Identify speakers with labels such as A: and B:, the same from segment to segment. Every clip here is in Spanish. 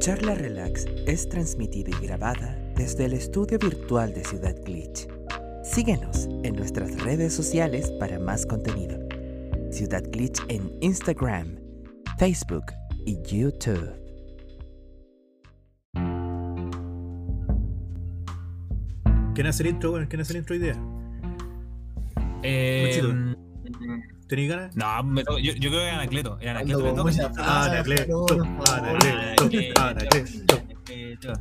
A: Charla Relax es transmitida y grabada desde el estudio virtual de Ciudad Glitch. Síguenos en nuestras redes sociales para más contenido. Ciudad Glitch en Instagram, Facebook y YouTube.
B: ¿Quién hace el intro, weón? ¿Quién hace el intro hoy día?
C: Eh,
B: Muchito.
C: mm,
B: ¿Tenéis ganas?
C: no, me toca- yo, yo creo que Anacleto. El Anacleto me toca.
D: Muchas
B: Ah,
D: gracias,
B: Anacleto,
D: por favor.
B: Anacleto, Anacleto.
C: Anacleto.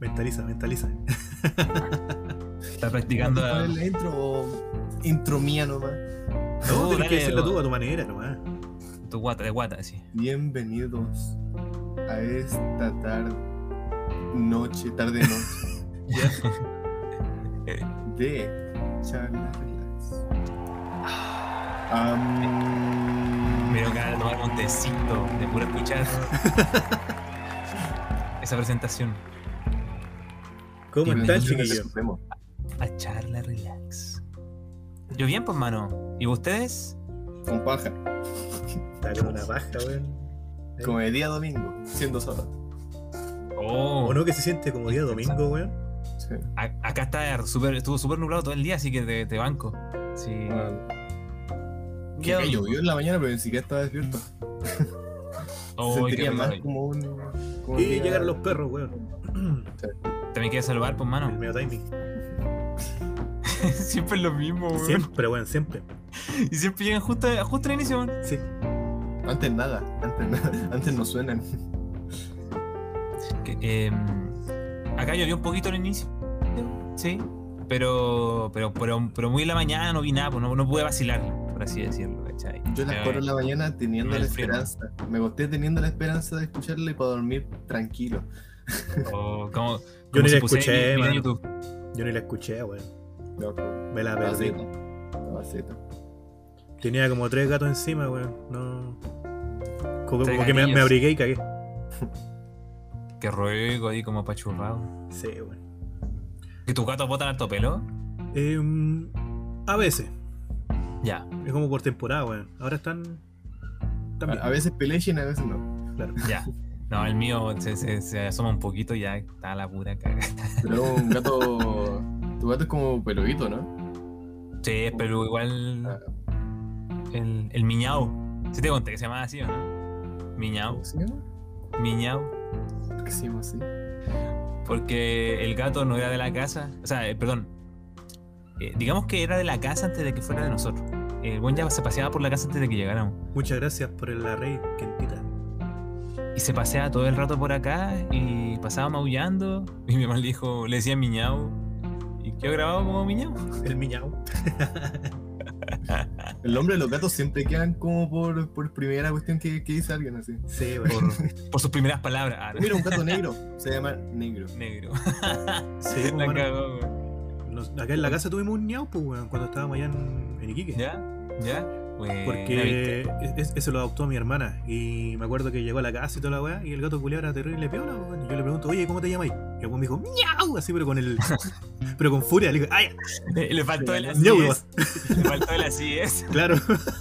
B: Mentaliza, mentaliza.
C: Está practicando.
D: ¿Cuál
C: la-
D: es la intro o intro mía nomás?
B: No,
C: No,
B: tenés que
C: dale,
B: decirlo
C: weón.
B: tú a tu manera nomás.
C: Tu guata, de guata, sí.
D: Bienvenidos a esta tarde, noche, tarde noche de charla relax. Am,
C: Me dio ganas de tomar un tecito de pura escuchar. Esa presentación.
B: ¿Cómo
C: Dime,
B: están,
C: dime,
B: chiquillos?
D: Supremo.
C: A charla relax. Yo bien, pues, mano. ¿Y ustedes?
D: con paja,
B: Está con una paja, weón.
D: como de día domingo, siendo sábado.
C: Oh,
B: ¿O no que se siente como día domingo, weón?
D: Sí.
C: a- acá está super, estuvo súper nublado todo el día, así que te, te banco. Sí.
D: Ah, Que
C: Qué Ah, domingo.
D: llovió en la mañana, pero ni siquiera estaba despierto.
C: Oh, qué
D: Sentiría
C: rico.
D: más como un. como un
B: Y
D: día-
B: llegaron los perros, weón.
C: También quieres saludar, pues,
B: El
C: mano.
B: medio timing.
C: Siempre es lo mismo, weón.
B: Siempre, weón, siempre.
C: Y siempre llegan justo, justo al inicio, weón.
B: Sí.
D: Antes nada, antes nada, antes no suenan.
C: Que, em, acá llovió un poquito al inicio, sí, pero, pero, pero, pero muy en la mañana no vi nada, pues no, no pude vacilar, por así decirlo, ¿cachai?
D: Yo a las
C: Eh,
D: 4 de la mañana teniendo
C: me
D: la
C: frío.
D: esperanza. Me acosté teniendo la esperanza de escucharla y para dormir tranquilo.
C: o como,
B: Yo
C: como
B: ni
C: si
B: la
C: puse
B: escuché,
C: en- en
B: mano.
C: YouTube. Ah,
B: Yo ni la escuché, weón.
D: Loco.
B: Me la perdí.
D: Faceta. Faceta.
B: Tenía como tres gatos encima, weón. No. Como,
C: Tres
B: como que me,
C: gatillos.
B: me abrigué y cagué.
C: Que ruego ahí como apachurrado.
B: Sí, weón.
C: ¿Que tus gatos botan harto pelo?
B: Em, a veces.
C: Ya,
B: Es como por temporada, weón. Ahora están.
D: A,
B: También.
D: a veces pelechin, a veces no.
C: ya. No, el mío se, se- se asoma un poquito y ya está la pura caga.
D: Pero un gato. tu gato es como peludito, ¿no?
C: Sí, es peludo,
B: Ah.
C: igual el, el miñao. ¿Sí te conté que se llama así o no? Miñao,
D: ¿Cómo se llama?
C: miñao.
D: ¿Qué se llama así?
C: Porque el gato no era de la casa. O sea, eh, perdón. Eh, digamos que era de la casa antes de que fuera de nosotros. El buen ya se paseaba por la casa antes de que llegáramos.
B: Muchas gracias por el array, Quentita.
C: Y se paseaba todo el rato por acá y pasaba maullando. Y mi mamá le dijo, le decía miñao. Y quedó grabado como miñao.
B: El miñao.
D: El nombre de los gatos siempre quedan como por, por primera cuestión que, que dice alguien así.
B: Sí, weón.
C: Por, por sus primeras palabras. Ah, no,
D: Mira, un gato negro. Se llama negro.
C: negro.
B: Sí,
C: La
B: Oh, bueno,
C: cagó, güey.
B: nos- acá en la casa tuvimos un ñao, pues, weón, cuando estábamos allá en, en Iquique.
C: ¿Ya? ¿Ya? Buena, ¿viste?
B: Porque e-, es- eso lo adoptó mi hermana. Y me acuerdo que llegó a la casa y toda la weá. Y el gato culiao era terrible piola. pues, weón. Y Yo le pregunto, oye, ¿cómo te llamáis? Y el weón me dijo, miau, así, pero con el. pero con furia. Le digo, ¡ay!
C: Le, Pues, le faltó el así
B: ñau,
C: es. Le faltó el así es.
B: Claro.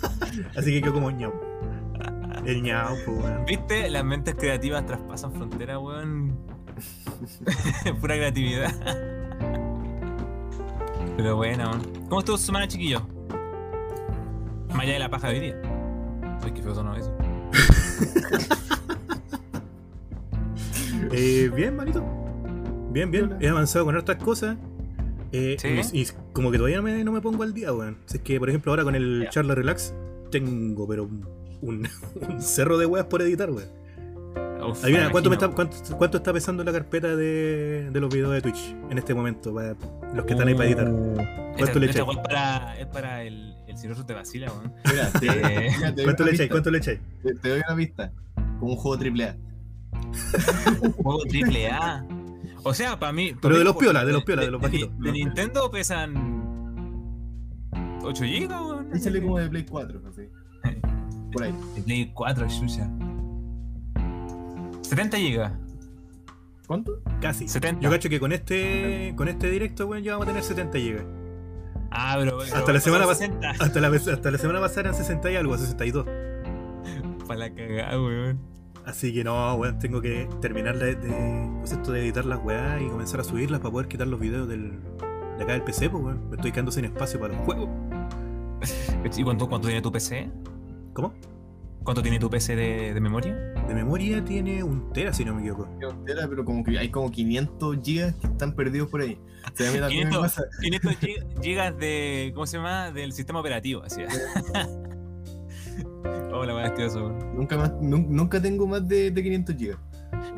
B: así que quedó como ñao. El ñao, pues, weón.
C: ¿Viste? Las mentes creativas traspasan fronteras, weón. Pura creatividad. Pero bueno, weón. ¿Cómo estuvo su semana, chiquillo? Más allá de la paja de hoy día. Uy, qué feo sonó eso.
B: Eh, bien, manito. Bien, bien.
D: Hola.
B: He avanzado con hartas cosas. Eh,
C: ¿Sí?
B: y, y como que todavía no me, no me pongo al día, weón. Si es que, por ejemplo, ahora con el
C: Ya.
B: Charla Relax, tengo, pero un, un- un cerro de weas por editar, weón.
C: Uf,
B: Adivina, ¿cuánto, me
C: imagino.
B: está, cuánto, cuánto está pesando la carpeta de, de los videos de Twitch en este momento? Para los que están ahí para editar.
C: Esta,
B: ¿Cuánto le
C: esta
B: echáis?
C: weá es para, es para el, el cirujano te vacila, weón.
D: Mira, te,
C: Eh,
D: mira, te doy
B: ¿Cuánto
D: una
B: le echáis?
D: pista,
B: ¿Cuánto le echáis?
D: Te, te doy una pista. Como un juego triple A.
C: Juego triple A. O sea, para mí. pa'
B: Pero
C: mí,
B: de los
C: po-
B: piola, de los piola, de los bajitos.
C: De, Nintendo pesan. 8 GB, weón.
D: Échale como de Play 4, así. Por ahí.
C: De Play 4, chucha. 70 GB.
D: ¿Cuánto?
B: Casi.
C: 70.
B: Yo cacho que con este con este directo, weón, ya vamos a tener 70 GB.
C: Ah, pero. pero
B: Hasta la semana pas-
C: 60.
B: Hasta la, vez- hasta la semana pasada eran 60 y algo, 62.
C: Para la cagada, weón.
B: Así que no, weón, tengo que terminar de, de- pues esto de editar las weas y comenzar a subirlas para poder quitar los videos del, de acá del PC, pues weón. Me estoy quedando sin espacio para los juegos.
C: ¿Y cuánto, cuánto tiene tu PC?
B: ¿Cómo?
C: ¿Cuánto tiene tu PC de, de memoria?
B: De memoria tiene un tera, si no me equivoco.
D: Qué tontera, pero como que hay como 500 gigas que están perdidos por ahí. O sea, a mí también me
C: 500.
D: pasa.
C: 500 gi- gigas de. ¿Cómo se llama? Del sistema operativo, así. Oh, Hola, weón, asqueroso, weón.
D: Nunca, más, nun- nunca tengo más de, de 500 gigas.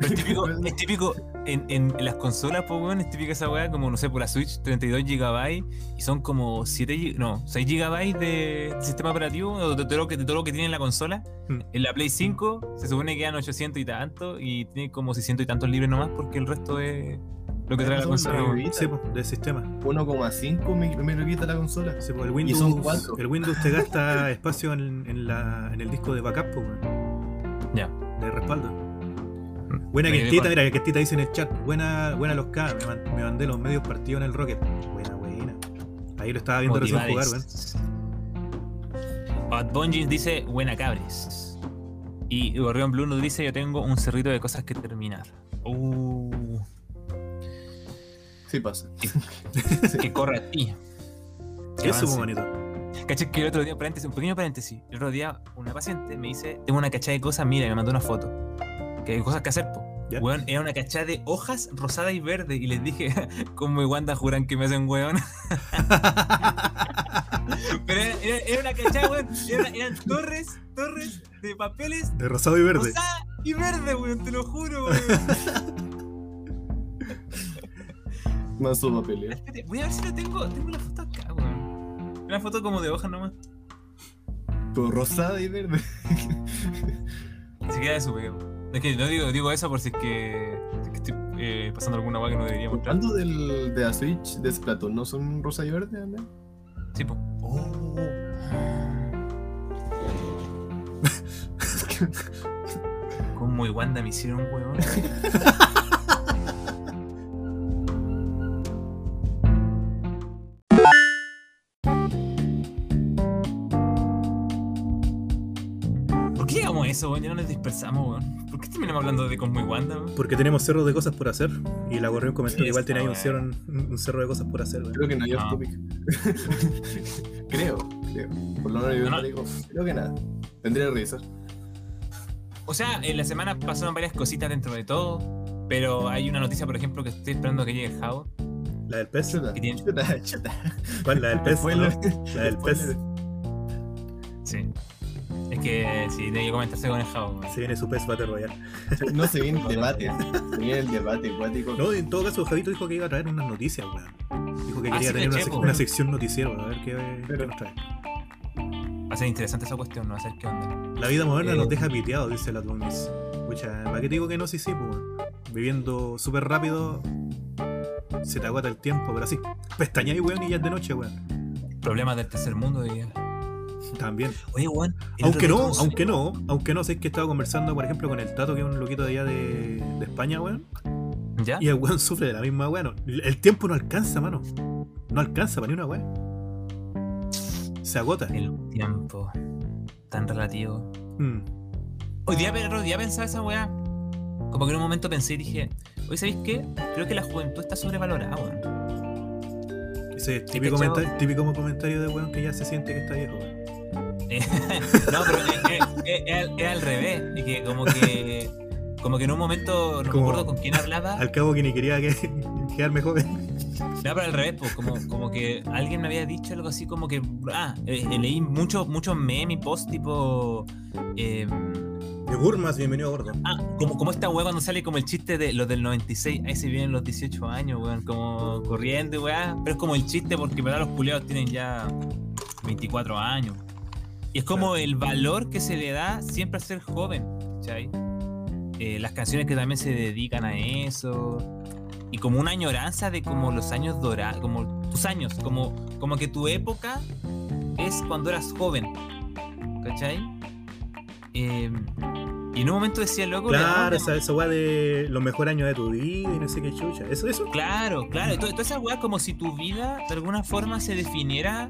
C: Pero es típico, es típico en, en las consolas, pues, weón, es típica esa weá, como, no sé, por la Switch, 32 GB y son como 7, gi- no, 6 GB de sistema operativo, o de, todo lo que, de todo lo que tiene la consola.
B: Hmm.
C: En la Play 5 se supone que quedan 800 y tanto y tiene como 600 y tantos libres nomás porque el resto es lo que trae la
D: Son
C: consola.
D: nueve.
C: weón.
D: Ahorita.
B: Sí, pues, del sistema.
D: 1,5 me, me lo quita la consola.
B: Sí, pues, el
D: son
B: Windows.
D: cuatro.
B: El Windows te gasta espacio en, en la, en el disco de backup, pues, weón.
C: Ya.
B: De respaldo. Buena
C: Me quedé
B: Quintita,
C: con-
B: mira, Quintita dice en el chat. Buena, buena los K, me, man- me mandé los medios partidos en el Rocket. Buena, buena. Ahí lo estaba viendo recién jugar, weón.
C: Motivades. Bad Bungie dice, buena cabres. Y Gorrión Blue nos dice, yo tengo un cerrito de cosas que terminar. Uh,
D: Sí pasa.
B: Este.
C: que corra a ti. Que
B: Eso,
C: avance.
B: muy bonito.
C: Caché que el otro día, paréntesis, un pequeño paréntesis. El otro día, una paciente me dice: Tengo una cachada de cosas, mira, y me mandó una foto. Que hay cosas que hacer, po.
B: Ya.
C: Weón, era una cachada de hojas rosada y verde. Y les dije: Como y Wanda juran que me hacen weón. Pero era, era- era una cachada, weón. Era- eran torres, torres de papeles
B: De rosado y verde.
C: rosada y verde, weón. Te lo juro, weón.
D: Más su papel. ¿eh?
C: Espérate, Voy a ver si la tengo. Tengo la foto acá, weón. Una foto como de hojas nomás.
D: Pero rosada y verde.
C: Ni siquiera de su weón. Es que no digo, digo eso por si es que, si es que estoy eh, pasando alguna weá que no debería mostrar.
D: Hablando del, de la Switch, de Splatoon, ¿no son rosa y verde? Andrés?
C: Sí, pues, po. Como y Wanda me hicieron weón. ¿Por qué llegamos a eso, weón? Ya no nos dispersamos, weón. ¿Por qué terminamos hablando de Cosmo y Wanda, weón?
B: Porque tenemos cerros de cosas por hacer. Y la corrió un comentario
C: Sí,
B: que igual
C: está
B: tenía ahí un
C: bueno.
B: cerro, un un cerro de cosas por hacer, weón.
D: Creo que no hay
C: No.
D: off topic. creo, creo. Por lo menos yo
C: No, no.
D: digo, creo que nada. Tendría que revisar.
C: O sea, en la semana pasaron varias cositas dentro de todo. Pero hay una noticia, por ejemplo, que estoy esperando que llegue Jao.
B: La del pez.
D: Chuta,
C: ¿Qué tiene?
D: chuta, chuta.
B: ¿Cuál? La del pez.
D: Fue
B: Ah, ¿no? Ah,
D: lo-
B: La del pez.
C: Sí. Es que sí, tiene que comentarse con el Jao, weón.
B: Se viene su pez Battle Royale.
D: No se viene el debate. Se viene el debate acuático.
B: No, en todo caso, Javito dijo que iba a traer unas noticias, weón. Dijo que
C: Ah,
B: quería
C: sí,
B: tener una,
C: caché,
B: sec-
C: po.
B: una sección noticiero, a ver qué, qué
D: Pero-
B: nos trae.
C: Va a ser interesante esa cuestión, no va a ser qué onda.
B: La vida moderna
C: Eh.
B: nos deja piteados, dice la Tunis. Escucha, ¿para qué te digo que no? Sí, sí, pues, weón. Viviendo súper rápido, se te agota el tiempo, pero así. Pestañáis, weón, y ya es de noche, weón.
C: Problemas del tercer mundo, diría.
B: También.
C: Oye, Juan.
B: Aunque no, aunque no, aunque no, sé que estaba conversando, por ejemplo, con el Tato, que es un loquito de allá de, de España, weón.
C: ¿Ya?
B: Y el weón sufre de la misma weón. El tiempo no alcanza, mano. No alcanza para ni una weón. Se agota.
C: El tiempo tan relativo.
B: Mm.
C: Hoy día, pero otro día pensaba esa weá. Como que en un momento pensé y dije, oye, ¿sabéis qué? Creo que la juventud está sobrevalorada, weón.
B: Ese típico,
C: cachado?
B: comenta- típico comentario de weón que ya se siente que está viejo, weón.
C: Eh, no, pero eh, eh, eh, era al- era al revés. Y que como que. Como que en un momento, no
B: Como-
C: me acuerdo con quién hablaba.
B: Al cabo que ni quería que, quedarme joven.
C: No, pero al revés, pues, como, como que alguien me había dicho algo así como que. Ah, eh, eh, leí muchos muchos memes y posts tipo. eh,
B: De Gurmas, bienvenido gordo.
C: ah, como, como esta weá cuando sale como el chiste de los del 96, ahí se vienen los 18 años, weón, como corriendo, y weá. Pero es como el chiste porque, en ¿verdad? Los culiados tienen ya 24 años. Y es como el valor que se le da siempre a ser joven, ¿cachai? Eh, las canciones que también se dedican a eso. Y como una añoranza de como los años dorados, como tus años, como, como que tu época es cuando eras joven, ¿cachai? Eh, Y en un momento decía, loco, ¿de
B: Claro,
C: dónde-
B: esa, esa weá de los mejores años de tu vida y no sé qué chucha. Eso, eso.
C: Claro, claro. Entonces, toda esa weá como si tu vida de alguna forma se definiera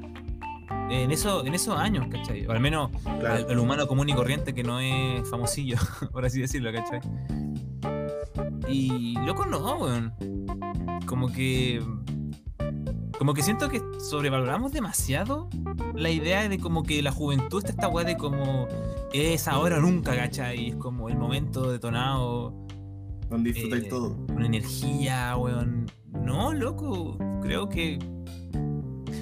C: en, eso, en esos años, ¿cachai? O al menos
B: Claro.
C: al, al humano común y corriente que no es famosillo, por así decirlo, ¿cachai? Y loco no, weón. Como que... Como que siento que sobrevaloramos demasiado la idea de como que la juventud está esta weá de como es ahora o nunca, ¿cachai? Es como el momento detonado
D: Donde disfrutáis
C: Eh,
D: todo.
C: con energía, weón. No, loco, creo que...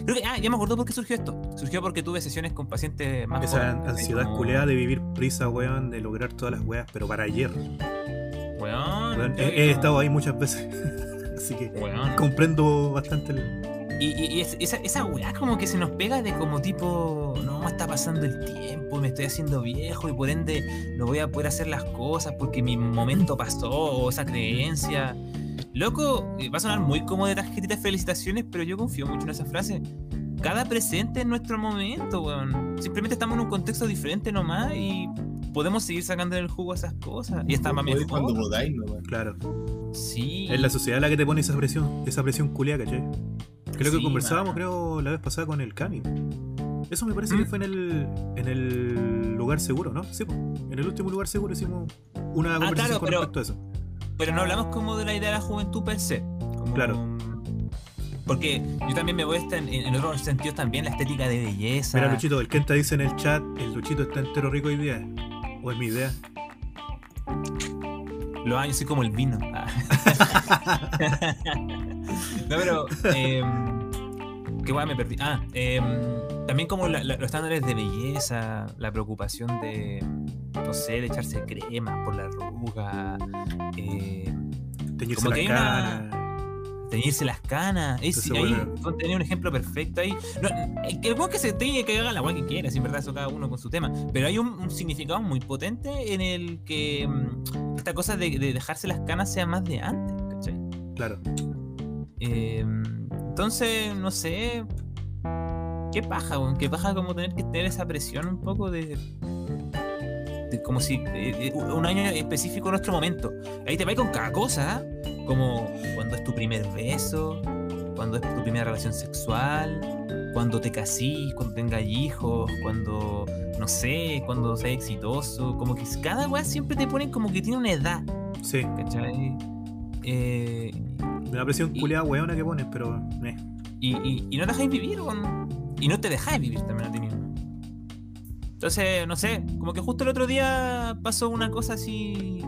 C: Creo que... Ah, ya me acordó por qué surgió esto. Surgió porque tuve sesiones con pacientes más
B: Esa
C: jóvenes, ¿cachai?
B: ansiedad
C: Como,
B: culeada de vivir prisa, weón, de lograr todas las weas, pero para ayer.
C: Weón,
B: weón.
C: creo
B: He,
C: que
B: he
C: no.
B: estado ahí muchas veces. Así que
C: Weón.
B: comprendo bastante el.
C: Y, y- y es- esa, esa weá como que se nos pega de como tipo, no, está pasando el tiempo, me estoy haciendo viejo y por ende no voy a poder hacer las cosas porque mi momento pasó, o esa creencia. Loco, eh, va a sonar muy como de tarjetitas felicitaciones, pero yo confío mucho en esa frase. Cada presente es nuestro momento, weón. Simplemente estamos en un contexto diferente nomás y podemos seguir sacando el jugo a esas cosas. Y está más
D: Podéis cuando
C: mejor.
D: podáis, nomás.
B: Claro.
C: Sí.
B: Es la sociedad la que te pone esa presión, esa presión culeada, ¿cachai? Creo que
C: Sí,
B: conversábamos,
C: mano.
B: creo, la vez pasada con el Cami. Eso me parece
C: ¿Mm?
B: que fue en el, en el lugar seguro, ¿no? Sí, po. en el último lugar seguro hicimos una conversación
C: Ah, claro,
B: con
C: pero-
B: respecto a eso.
C: pero no hablamos como de la idea de la juventud per se. Como-
B: Claro.
C: Porque yo también me voy a estar en, en otros sentidos también, la estética de belleza.
B: Mira, Luchito, el Kenta dice en el chat, el Luchito está entero rico hoy día. O es mi idea.
C: Los años, soy como el vino. Ah. no, pero. Eh, qué guay, me perdí. Ah, eh, también como la- la- los estándares de belleza, la preocupación de. No sé, de echarse crema por la arruga, eh,
B: Teñirse
C: Como
B: la
C: que hay
B: cara.
C: una- teñirse las canas. Eh, sí,
B: Entonces,
C: ahí
B: bueno.
C: fue- tenía un ejemplo perfecto ahí. No, eh, que el weón que se teñe que haga la weá que quiera, sin verdad, eso cada uno con su tema. Pero hay un, un significado muy potente en el que mm, esta cosa de, de dejarse las canas sea más de antes, ¿cachai?
B: Claro.
C: Eh, entonces, no sé. Qué paja, weón. Qué paja como tener que tener esa presión un poco de. de como si. eh, eh, un año específico, nuestro momento. Ahí te vais con cada cosa. ¿eh? Como cuando es tu primer beso, cuando es tu primera relación sexual, cuando te casís, cuando tengas hijos, cuando. no sé, cuando seas exitoso. Como que cada weá siempre te ponen como que tiene una edad,
B: Sí,
C: ¿cachai? Eh,
B: la presión
C: Y-
B: culeada weona que pones, pero. eh.
C: y, y- y no dejáis vivir, weón. Y no te dejáis vivir también a ti mismo. Entonces, no sé, como que justo el otro día pasó una cosa así.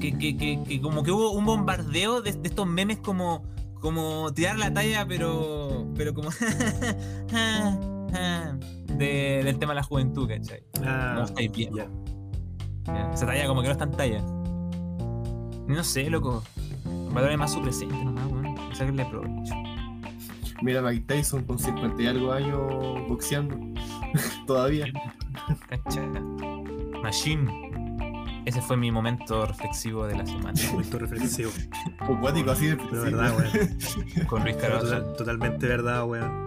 C: Que, que, que, que como que hubo un bombardeo de, de estos memes como. como tirar la talla, pero. pero como. de- del tema de la juventud, ¿cachai?
B: Ah,
C: Como estáis bien.
B: ya.
C: ¿ya? Esa talla como que no es tan talla. No sé, loco. Valoren más su presente nomás, weón. Sáquenle provecho.
D: Mira, Mike Tyson con 50 y algo años boxeando. Todavía.
C: Cacha. Machine. Ese fue mi momento reflexivo de la semana
B: Momento reflexivo.
D: Acuático, así de
B: Pero verdad, weón.
C: con Luis
B: Pero
C: Carvajal.
B: total- totalmente verdad, weón.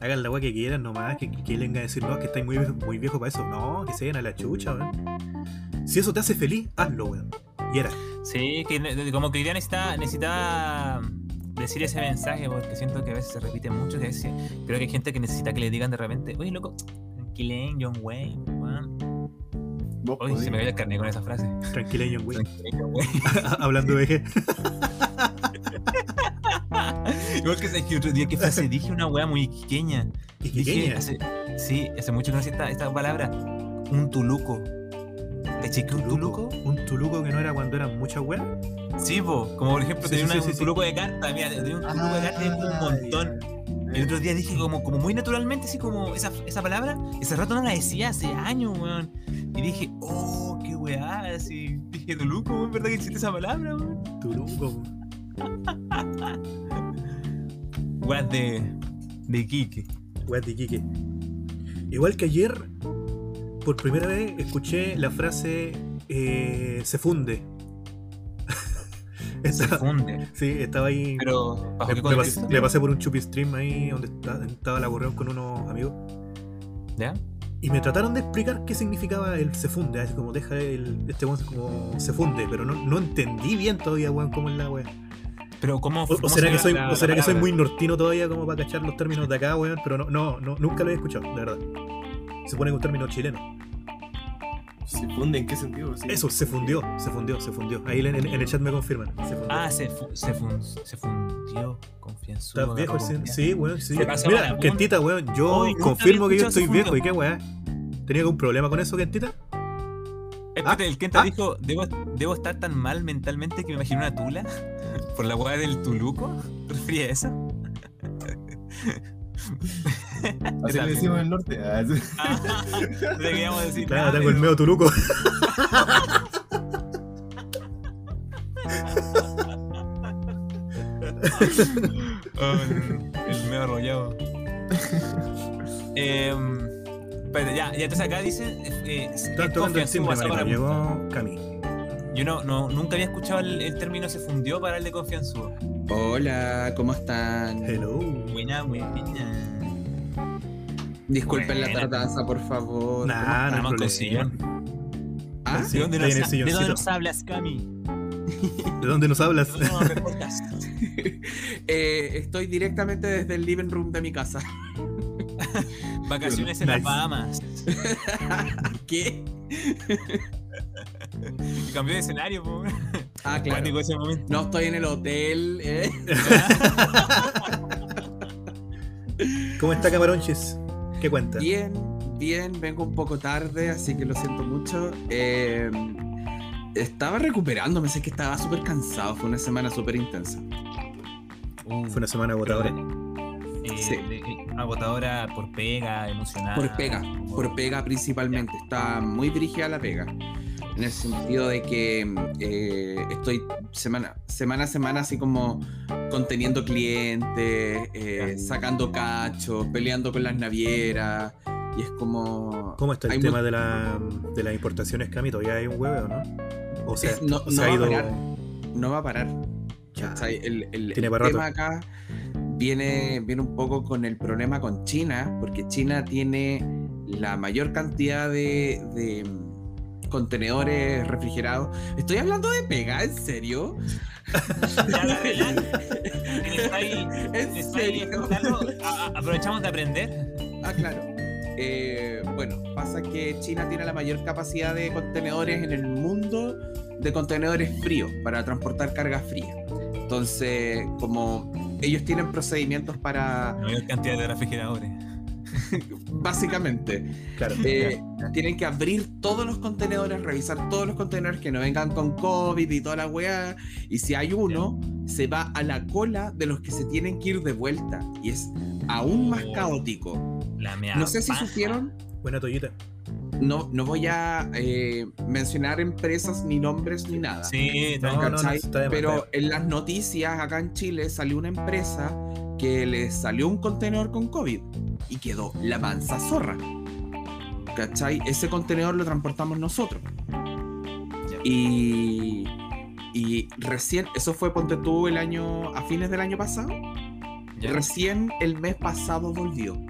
B: Hagan la weá que quieran nomás, que, que vengan a decir, no, que estáis muy, muy viejo para eso. No, que se vayan a la chucha, weón. Si eso te hace feliz, hazlo, weón. Y era.
C: Sí, que ne- de- como que hoy día necesita, necesita decir ese mensaje porque siento que a veces se repite mucho. Que a veces creo que hay gente que necesita que le digan de repente, oye, loco, tranquilen, John Wayne. weón".
D: Vos
C: Uy, se me cayó el carnet con esa frase.
B: Tranquileño, weón.
C: Tranquilen, John Wayne.
B: Hablando de vejez.
C: Igual que sabes que otro día que frase dije una wea muy pequeña.
B: Y
C: Dije,
B: pequeña.
C: hace, sí, hace mucho que no sé esta, esta palabra. Un tuluco. ¿Te chequé un tuluco?
B: Un tuluco que no era cuando eran muchas weas.
C: Sí, po. como por ejemplo
B: Sí,
C: tenía
B: sí,
C: una-
B: sí, sí.
C: un
B: Ah,
C: tuluco de carta, mira, tenía un tuluco de carta y después
D: Ah,
C: un montón. El otro día dije como, como muy naturalmente, así como esa, esa palabra, ese rato no la decía hace años, weón. Y dije, oh, qué weá, así. Dije, tuluco, weón, ¿verdad que existe esa palabra, weón?
B: Tuluco, weón.
C: Weá de, de Quique.
B: Weas de Iquique. Igual que ayer, por primera vez escuché la frase eh, se funde.
C: Se
B: Estaba-
C: funde.
B: sí, estaba ahí.
C: Pero, ¿bajo
B: Le,
C: qué
B: le pasé,
C: contexto?
B: le pasé por un chupi stream ahí donde está- estaba la borrón con unos amigos
C: ¿Ya?
B: Y me trataron de explicar qué significaba el se funde, así como deja el. Este weón como se funde, pero no, no entendí bien todavía, weón, cómo es la weá.
C: Pero ¿cómo,
B: O, o
C: cómo
B: será,
C: se
B: que
C: llama
B: soy,
C: la-
B: o
C: la
B: será que soy
C: palabra?
B: muy nortino todavía como para cachar los términos de acá, weón, pero no, no, no, nunca lo he escuchado, de verdad. Se supone que es un término chileno.
D: ¿Se funde en qué sentido? Sí.
B: Eso, se fundió, se fundió, se fundió. Ahí en, en- en el chat me confirman. Se fundió.
C: Ah, se, fu- se, fun- se fundió confianzudo.
B: Estás viejo,
C: agarró
B: sí,
C: confianza.
B: sí, weón, sí.
C: Se pasó la
B: Mira,
C: punta.
B: Quentita, weón, yo
C: Oye, nunca
B: confirmo que
C: había
B: yo
C: escuchado
B: estoy
C: ese
B: viejo y
C: fundió.
B: qué weá. ¿Tenía algún problema con eso, Quentita?
C: Espérate, el Kenta
B: ah.
C: dijo, ¿debo, debo estar tan mal mentalmente que me imagino una tula por la hueá del tuluco. ¿Te refería a eso?
D: Así le decimos en el norte. Ah, sí.
C: Ah, no te queríamos decir Ah,
B: Claro,
C: nada,
B: tengo el
C: pero-
B: medio turuco.
C: Oh, no, el medio arrollado. Em, espérate, ya, ya, entonces acá dice. eh, es- es
B: Están tocando el
C: confianzudo,
B: timbre,
C: pasó
B: marito.
C: para-
B: Llegó Cami.
C: Yo no, no, nunca había escuchado el, el término se fundió para el de confianzudo.
E: Hola, ¿cómo están?
B: Hello.
C: Buena, buena.
E: Disculpen la
C: Buena.
E: tardanza, por favor.
B: Nah, no hay
C: Estamos con
B: problema.
C: sillón.
E: ¿Ah?
B: Sí,
C: ¿De
B: está
C: dónde,
B: en el
C: nos, ha- ¿De dónde
B: silloncito.
C: nos hablas, Cami?
B: ¿De dónde nos hablas?
C: ¿De dónde nos reportas?
E: Eh, estoy directamente desde el living room de mi casa.
C: Vacaciones en las
B: Nice.
C: Bahamas.
E: ¿Qué?
C: Cambió de escenario, po.
E: Ah, claro.
C: Cuático ese momento.
E: No estoy en el hotel. eh.
B: ¿Cómo está Camaronches? ¿Qué cuenta?
E: Bien, bien, vengo un poco tarde, así que lo siento mucho. Eh, estaba recuperándome, sé que estaba súper cansado, fue una semana súper intensa.
B: Fue una semana agotadora.
C: Eh,
E: Uh, Sí.
C: de- eh, agotadora por pega, emocional.
E: Por pega, por pega principalmente, está muy dirigida a la pega. En el sentido de que eh, estoy semana, semana a semana así como conteniendo clientes, eh, sacando cachos, peleando con las navieras, y es como...
B: ¿Cómo está el
E: Hay mu-
B: tema de, la, de las importaciones, Cami? ¿Todavía hay un hueveo, no? O sea,
E: Es- no-
B: se
E: no
B: ha
E: va a
B: ido...
E: parar. No va a parar,
B: Ya.
E: ¿Cachai? El, el-
B: Tiene
E: el
B: para
E: tema
B: rato.
E: acá viene, viene un poco con el problema con China, porque China tiene la mayor cantidad de, de, mm, contenedores refrigerados. Estoy hablando de pega, ¿en serio?
C: Ya, la verdad, está ahí-
E: ¿En
C: está ahí,
E: serio?
C: Gonzalo. A- a- Aprovechamos de aprender.
E: Ah, claro. Eh, bueno, pasa que China tiene la mayor capacidad de contenedores en el mundo de contenedores fríos para transportar carga fría. Entonces, como ellos tienen procedimientos para
C: La mayor cantidad de refrigeradores.
E: básicamente.
B: Claro.
E: eh, tienen que abrir todos los contenedores, revisar todos los contenedores que no vengan con COVID y toda la weá. Y si hay uno, se va a la cola de los que se tienen que ir de vuelta. Y es aún más
C: Oh.
E: caótico.
C: La mea
E: No sé si
C: paja.
E: supieron,
B: Buena toallita.
E: no, no voy a eh, mencionar empresas ni nombres ni nada.
C: Sí,
B: No,
C: tranquilo.
B: no, no,
E: ¿Cachai?
B: está de más,
E: Pero
B: está
E: en las noticias acá en Chile salió una empresa que le salió un contenedor con COVID y quedó la mansa zorra. ¿Cachai? Ese contenedor lo transportamos nosotros. Y, y recién, eso fue Ponte tú el año, a fines del año pasado.
C: Ya.
E: Recién el mes pasado volvió.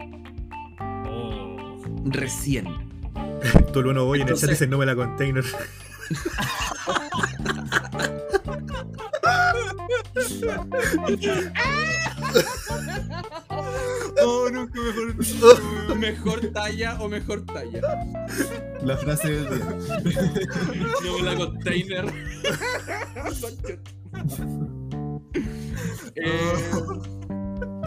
C: Oh.
E: Recién.
B: de más. Tú lo no voy en el chat
E: Entonces-
B: dice no me la container.
E: Mejor talla o mejor talla.
D: La frase del día.
E: Yo la container. Eh,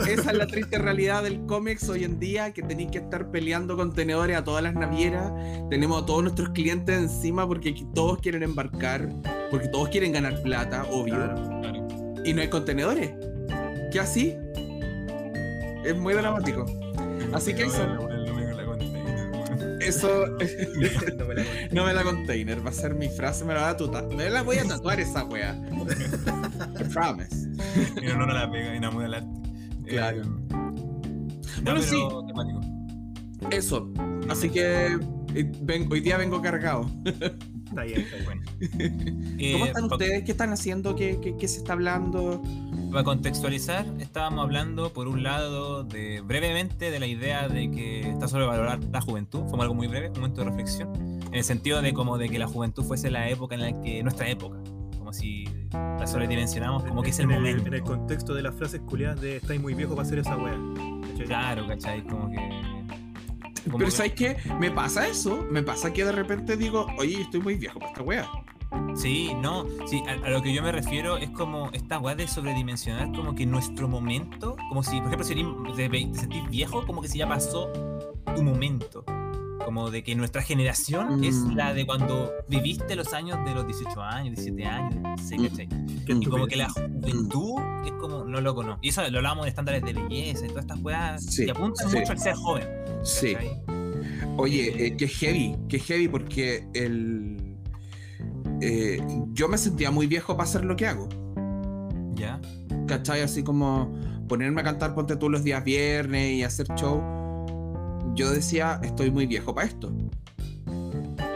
E: esa es la triste realidad del cómics hoy en día, que tenéis que estar peleando contenedores a todas las navieras. Tenemos a todos nuestros clientes encima porque aquí todos quieren embarcar, porque todos quieren ganar plata, obvio.
B: Claro.
E: Y no hay contenedores. ¿Qué así? Es muy dramático. Así que eso, eso
B: No me la container.
E: no me la container, va a ser mi frase, me la va a tatuar. Me la voy a tatuar esa wea. I promise.
C: En honor a la pega, en amor al arte. Eh,
E: Claro.
C: no,
E: Bueno,
C: pero
E: sí.
C: temático.
E: Eso. Así
C: me-
E: que eh, ven- hoy día vengo cargado.
B: Está bien, está bien.
C: Eh,
E: ¿Cómo están
C: pa-
E: ustedes? ¿Qué están haciendo? ¿Qué, qué- qué se está hablando?
C: Para contextualizar, estábamos hablando por un lado de brevemente de la idea de que está sobrevalorada la juventud, fue algo muy breve, un momento de reflexión, en el sentido de como de que la juventud fuese la época en la que nuestra época, como si la sobredimensionamos, como que es el
B: en
C: momento.
B: En el contexto de las frases culiadas de estáis muy viejo para hacer esa wea. ¿cachai?
C: Claro, ¿cachai? Como que... como
E: Pero
C: que-
E: ¿sabes qué? Me pasa eso. Me pasa que de repente digo, oye, yo estoy muy viejo para esta wea.
C: Sí, no, sí, a, a lo que yo me refiero es como esta weá de sobredimensionar como que nuestro momento, como si, por ejemplo, si eres- te, ve- te sentís viejo, como que si ya pasó tu momento. Como de que nuestra generación es
E: Mm.
C: la de cuando viviste los años de los 18 años, 17 años, no sé,
E: Mm.
C: ¿cachai?
B: Qué
C: Y como
B: estupidez.
C: que la juventud es como, no loco, no. Y eso lo hablamos de estándares de belleza y todas estas weas
E: Sí,
C: que apuntan
E: sí.
C: mucho al ser joven.
E: Sí.
C: ¿cachai?
E: Oye, eh, que heavy, que heavy porque el... eh, yo me sentía muy viejo para hacer lo que hago.
C: ¿Ya?
E: ¿Cachai? Así como ponerme a cantar Ponte tú los días viernes y hacer show. Yo decía, estoy muy viejo para esto.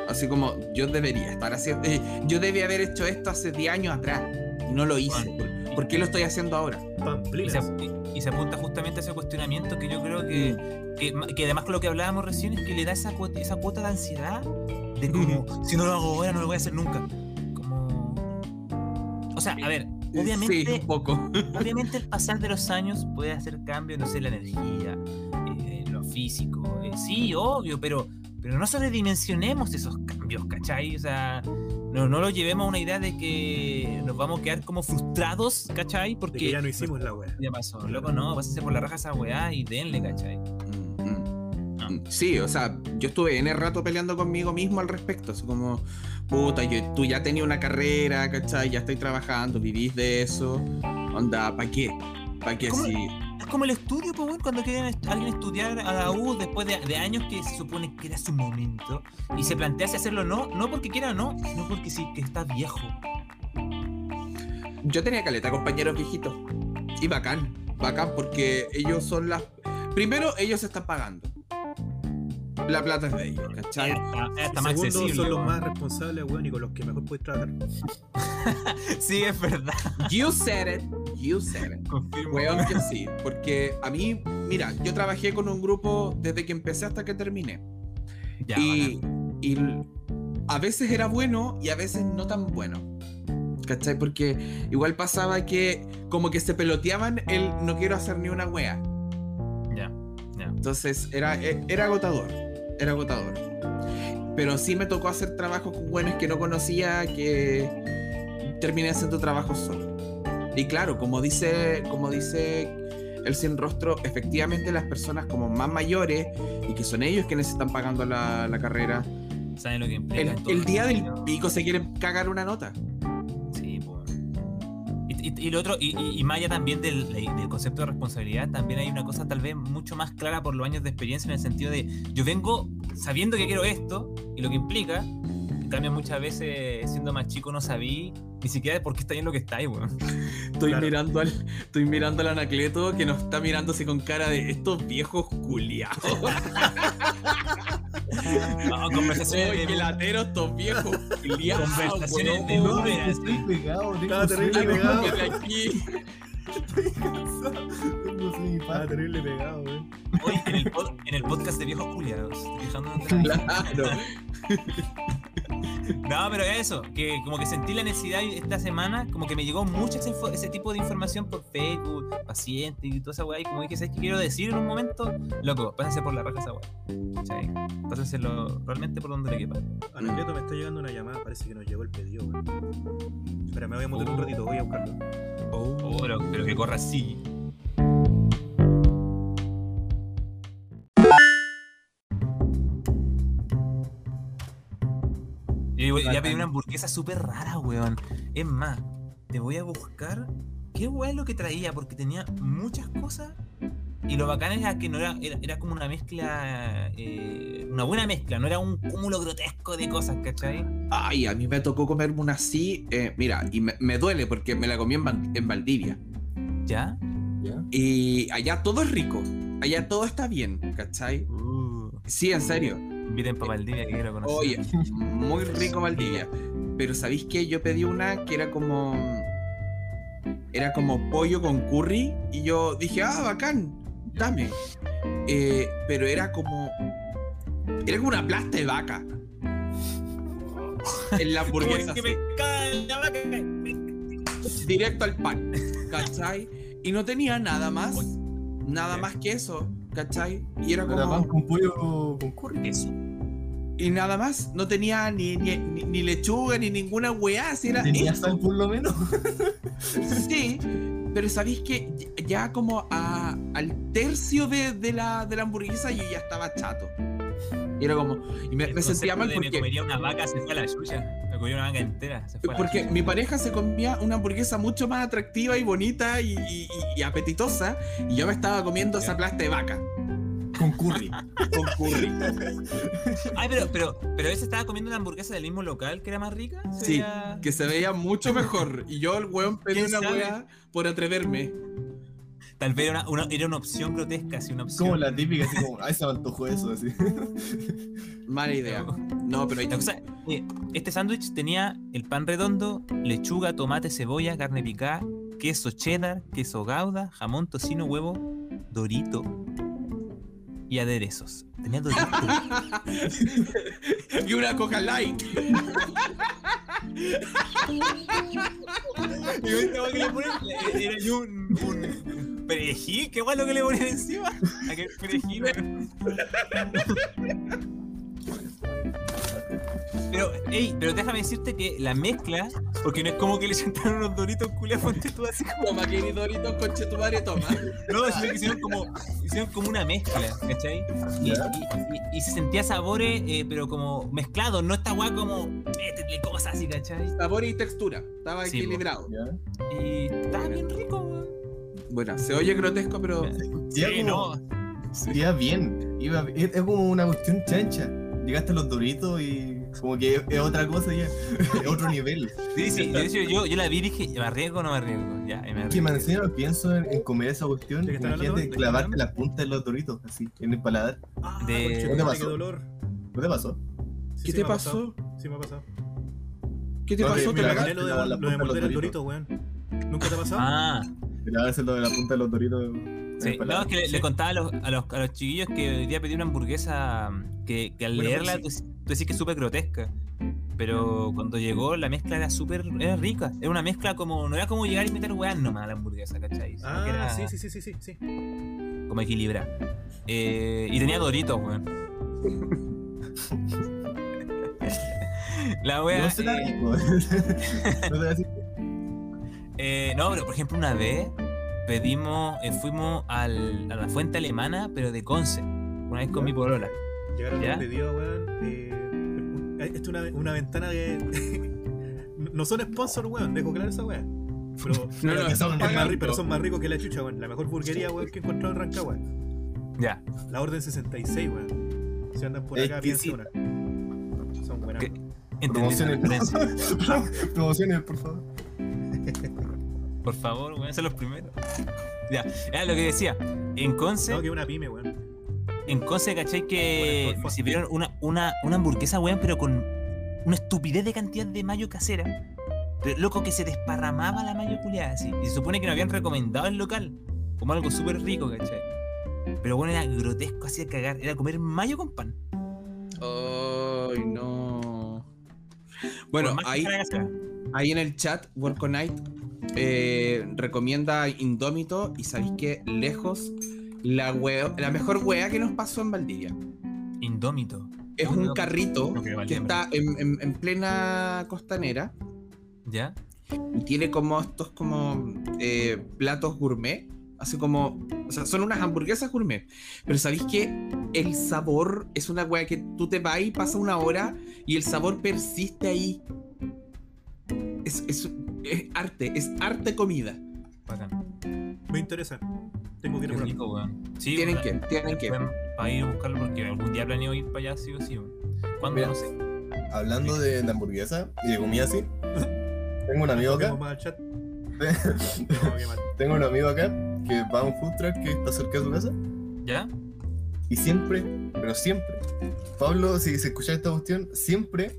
E: Así como yo debería estar haciendo... eh, yo debía haber hecho esto hace 10 años atrás y no lo hice. ¿Por- ¿Por qué lo estoy haciendo ahora?
C: Y se,
B: Pamplinas.
C: y- y se apunta justamente a ese cuestionamiento que yo creo
E: Mm.
C: que, que, ma- que además con lo que hablábamos recién es que le da esa cuota, esa cuota de ansiedad de como, si no lo hago ahora, no lo voy a hacer nunca. Como... O sea, a ver, obviamente,
E: Eh, Sí, un poco.
C: obviamente el pasar de los años puede hacer cambios, no sé, en la energía, eh, en lo físico, eh, sí, obvio, pero, pero no sobredimensionemos esos cambios, ¿cachai? O sea... No, no lo llevemos a una idea de que nos vamos a quedar como frustrados, ¿cachai?
B: De
C: Porque
B: que ya no hicimos la wea.
C: ya pasó. Loco, no, pásense por la raja esa weá y denle, ¿cachai?
E: Mm, mm. Mm, Sí, o sea, yo estuve en el rato peleando conmigo mismo al respecto, así como, puta, yo- tú ya tenías una carrera, ¿cachai? Ya estoy trabajando, vivís de eso, onda, ¿para qué? ¿Para qué
C: ¿Cómo?
E: si...?
C: Es como el estudio, pues, weón, cuando quieren est- alguien estudiar a la U después de, de años que se supone que era su momento y se plantea si hacerlo o no, no porque quiera o no, sino porque sí, que está viejo.
E: Yo tenía caleta, compañeros viejitos, y bacán, bacán, porque ellos son las... Primero, ellos están pagando. La plata es de ellos, ¿cachai?
C: Está,
B: Y
C: más
B: segundo,
C: accesible.
B: son los
C: weón.
B: más responsables, weón, y con los que mejor puedes tratar.
C: Sí, es verdad.
E: You said it, you said it.
C: Confirmo.
E: Weón que sí, porque a mí, mira, yo trabajé con un grupo desde que empecé hasta que terminé.
C: Ya,
E: y, y l- a veces era bueno y a veces no tan bueno. ¿Cachai? Porque igual pasaba que como que se peloteaban el no quiero hacer ni una wea.
C: bacán. Ya.
E: Entonces era, e- era agotador, era agotador. Pero sí me tocó hacer trabajos con buenos que no conocía, que terminé haciendo trabajos solo. Y claro, como dice, como dice el sin rostro, efectivamente las personas como más mayores y que son ellos quienes están pagando la, la carrera,
C: ¿Saben lo que implica?
E: el,
C: en todo
E: el día del
C: sentido?
E: pico se quieren cagar una nota.
C: Sí, po. Y, y- y lo otro, y, y- y más allá también del, del concepto de responsabilidad, también hay una cosa tal vez mucho más clara por los años de experiencia en el sentido de yo vengo sabiendo que quiero esto y lo que implica. En cambio, muchas veces siendo más chico no sabí ni siquiera de por qué está bien lo que está ahí, weón.
E: Estoy
B: Claro.
E: mirando al, estoy mirando al Anacleto que nos está mirando así con cara de estos viejos culiados.
C: No, conversaciones
E: Oye,
C: de-
E: latero estos viejos culiados,
C: Conversaciones
E: weón.
C: de nube,
D: Estoy
C: así.
D: pegado,
B: Estaba
D: tengo
B: terrible
D: sueño,
B: pegado.
E: Sáquenme de aquí.
D: tengo sueño,
B: Ah,
D: padre.
B: terrible pegado, weón.
C: Oye, en el, pod- en el podcast de viejos culiados. estoy quejándonos de la-
E: Claro.
C: No, pero eso, que como que sentí la necesidad y esta semana, como que me llegó mucho ese, info- ese tipo de información por Facebook, paciente y toda esa weá, y como dije, ¿sabes qué quiero decir en un momento? Loco, pásense por la raja esa weá. ¿Cachai? Pásenselo realmente por donde le quepa.
B: Anacleto me está llegando una llamada, parece que nos llegó el pedido, weón. Espera, me voy a mutar un
C: Oh.
B: ratito, voy a buscarlo.
C: Oh, pero, pero que corra así. Yo voy- ya pedí una hamburguesa súper rara, weón. Es más, te voy a buscar qué weón es lo que traía, porque tenía muchas cosas. Y lo bacán era que no era, era, era como una mezcla, eh, una buena mezcla, no era un cúmulo grotesco de cosas, ¿cachai?
E: Ay, a mí me tocó comerme una así. eh, mira, y me, me duele porque me la comí en, Van- en Valdivia.
C: ¿Ya?
E: Y allá todo es rico. Allá todo está bien, ¿cachai?
C: Uh,
E: Sí, en serio.
C: inviten para Valdivia que quiero conocer.
E: Oye, muy rico Valdivia. Pero ¿sabéis qué? Yo pedí una que era como. Era como pollo con curry y yo dije, ah, bacán, dame. Eh, pero era como. Era como una plasta de vaca. En la hamburguesa.
C: que
E: así,
C: me cae la vaca.
E: directo al pan, ¿cachai? Y no tenía nada más. Nada más que eso, ¿cachai? Y era
D: Era pan
E: como.
D: con pollo con curry.
C: Eso.
E: Y nada más. No tenía ni, ni, ni- ni lechuga ni ninguna weá. Así era
D: Tenía
E: eso.
D: sal por lo menos.
E: Sí, pero sabéis que ya como a- al tercio de, de la, de la hamburguesa yo ya estaba chato. Y era como, y me, me
C: El
E: sentía
C: concepto
E: mal
C: de Me
E: porque,
C: comería una vaca, se fue a la suya. Me comería una vaca entera, se fue a la
E: porque
C: chucha.
E: mi pareja se comía una hamburguesa mucho más atractiva y bonita y, y- y apetitosa y yo me estaba comiendo esa plasta de vaca
D: Con curry.
E: con curry.
C: Ay, pero, pero, pero ese estaba comiendo una hamburguesa del mismo local que era más rica. ¿Se
E: Sí,
C: veía-
E: que se veía mucho mejor. Y yo el weón pedí
C: ¿Quién
E: una
C: sabe?
E: weá por atreverme.
C: Tal vez era una, una- era una opción grotesca, sí, una opción.
D: Como la típica, así como, ay, se me antojó eso, así.
E: Mala idea. No, pero ahí
C: La cosa- eh, este sándwich tenía el pan redondo, lechuga, tomate, cebolla, carne picada, queso cheddar, queso gouda, jamón, tocino, huevo, dorito y aderezos. Tenía dorito.
E: Y una coca light.
C: y ahorita vos que le pones- era ahí un, un perejil, qué guay lo que le ponían encima. Aquel perejil. weón. Pero, ey, pero déjame decirte que la mezcla, porque no es como que le sentaron unos doritos culiados, ponte tú así
E: Toma, querido Doritos, conche tu madre, toma.
C: No, sino que hicieron como, hicieron como una mezcla, ¿cachai? Y, y- y- y se sentía sabores, eh, pero como mezclados, no esta guay como, métele cosas así, ¿cachai?
E: Sabor y textura. Estaba
C: Sí,
E: equilibrado.
D: ¿Ya?
C: Y estaba bien rico, weón.
E: Bueno, se oye grotesco, pero.
D: Ya
C: Sí,
D: como-
C: no.
D: Iba bien, iba bien. Es, es como una cuestión chancha. Llegaste a los doritos y como que es, es otra cosa ya, es otro nivel.
C: Sí, sí, de hecho yo, yo la vi y dije, ¿me arriesgo o no me arriesgo? Ya, y me
D: Que
C: arriesgo.
D: me enseñaron, pienso en, en comer esa cuestión,
B: ¿De qué están
D: imagínate
B: hablando? ¿De qué
D: clavarte
B: están
D: la punta de los doritos, así, en el paladar.
B: Ah,
C: De-
B: conchetumare,
D: ¿Qué te pasó?
B: Qué dolor.
D: ¿No te pasó?
B: Sí, sí
E: ¿Qué te
B: me ha pasado.
E: pasó?
B: Sí, me ha pasado.
E: ¿Qué te
D: No,
E: pasó? ¿Te
D: mira,
E: la
D: acá-
E: ganas?
B: Mira Lo de,
D: la- la
B: lo de
D: punta
B: morder
D: de los
B: el dorito, weón. ¿Nunca te ha pasado?
C: Ah,
D: Clavarse lo de la punta de los doritos en
C: sí.
D: el
C: No, es
D: paladar.
C: que le, le contaba a los, a, los, a los chiquillos que hoy día pedí una hamburguesa mm, que, que al
B: Bueno, pero
C: leerla
B: sí.
C: tú, dec- tú decís que es súper grotesca. Pero cuando llegó la mezcla era súper era rica. Era una mezcla como. No era como llegar y meter weas nomás a la hamburguesa, ¿cachai? Sino que
B: Ah,
C: era
B: sí, sí, sí, sí, sí, sí.
C: como equilibrada. Eh, y tenía doritos, weón. la wea.
D: No será
C: eh,
D: rico. no te voy a decir
C: Eh, no, pero por ejemplo, una vez pedimos, eh, fuimos al- a la fuente alemana, pero de Conce. Una vez con mi polola.
B: Llegaron
C: ¿Ya?
B: los pedidos, weón. Eh, esto es una, una ventana de. no son sponsor, weón, dejo claro esa weá. Pero,
E: No, no,
B: pero,
D: son
B: son
D: más
B: más ri-
D: ricos.
B: pero son más ricos que la chucha, weón. La mejor burguería, weón, que he encontrado en Rancagua.
C: Ya.
B: La Orden 66, weón. Si andan por
D: Es
B: acá,
D: que
B: piensen
D: sí.
B: una. Son buenas.
C: Que- Entendí la
D: Promociones.
C: referencia.
D: Promociones, por favor.
C: Por favor, weón, ser los primeros. Ya, era lo que decía. En Conce,
B: No, que una pyme, weón.
C: en Conce, ¿cachai? Que
B: Bueno,
C: me sirvieron una, una, una hamburguesa, weón, pero con una estupidez de cantidad de mayo casera. Pero loco que se desparramaba la mayo culiada así. Y se supone que nos habían recomendado el local. Como algo súper rico, ¿cachai? Pero bueno, era grotesco, hacía cagar. Era comer mayo con pan.
E: Ay, no.
C: Por
E: Bueno,
C: más que
E: ahí,
C: fuera casera.
E: ahí en el chat, Workonite eh, recomienda Indómito y sabéis que lejos la, wea- la mejor weá que nos pasó en Valdivia.
C: Indómito.
E: Es un carrito
C: No creo,
E: que
C: Valdivia,
E: está en- en- en plena costanera.
C: ¿Ya?
E: y tiene como estos como eh, platos gourmet, así como, o sea, son unas hamburguesas gourmet, pero sabéis que el sabor es una weá que tú te vas y pasa una hora y el sabor persiste ahí. Es, es- es arte, es arte comida.
C: Bacán.
B: Me interesa. Tengo que ir a
C: Qué
B: probar.
C: rico, weón. Sí,
E: Tienen
C: weón.
E: que, tienen que.
C: Para ir a buscarlo porque algún día planeo ir para allá, sí o sí. weón. ¿Cuándo?
D: Mira.
C: No sé.
D: Hablando de, de hamburguesa y de comida así, tengo un amigo acá.
B: Vamos más al chat. Vamos a quemar.
D: Tengo un amigo acá que va a un food truck que está cerca de su casa
C: ¿Ya?
D: y siempre, pero siempre, Pablo, si se escucha esta cuestión, siempre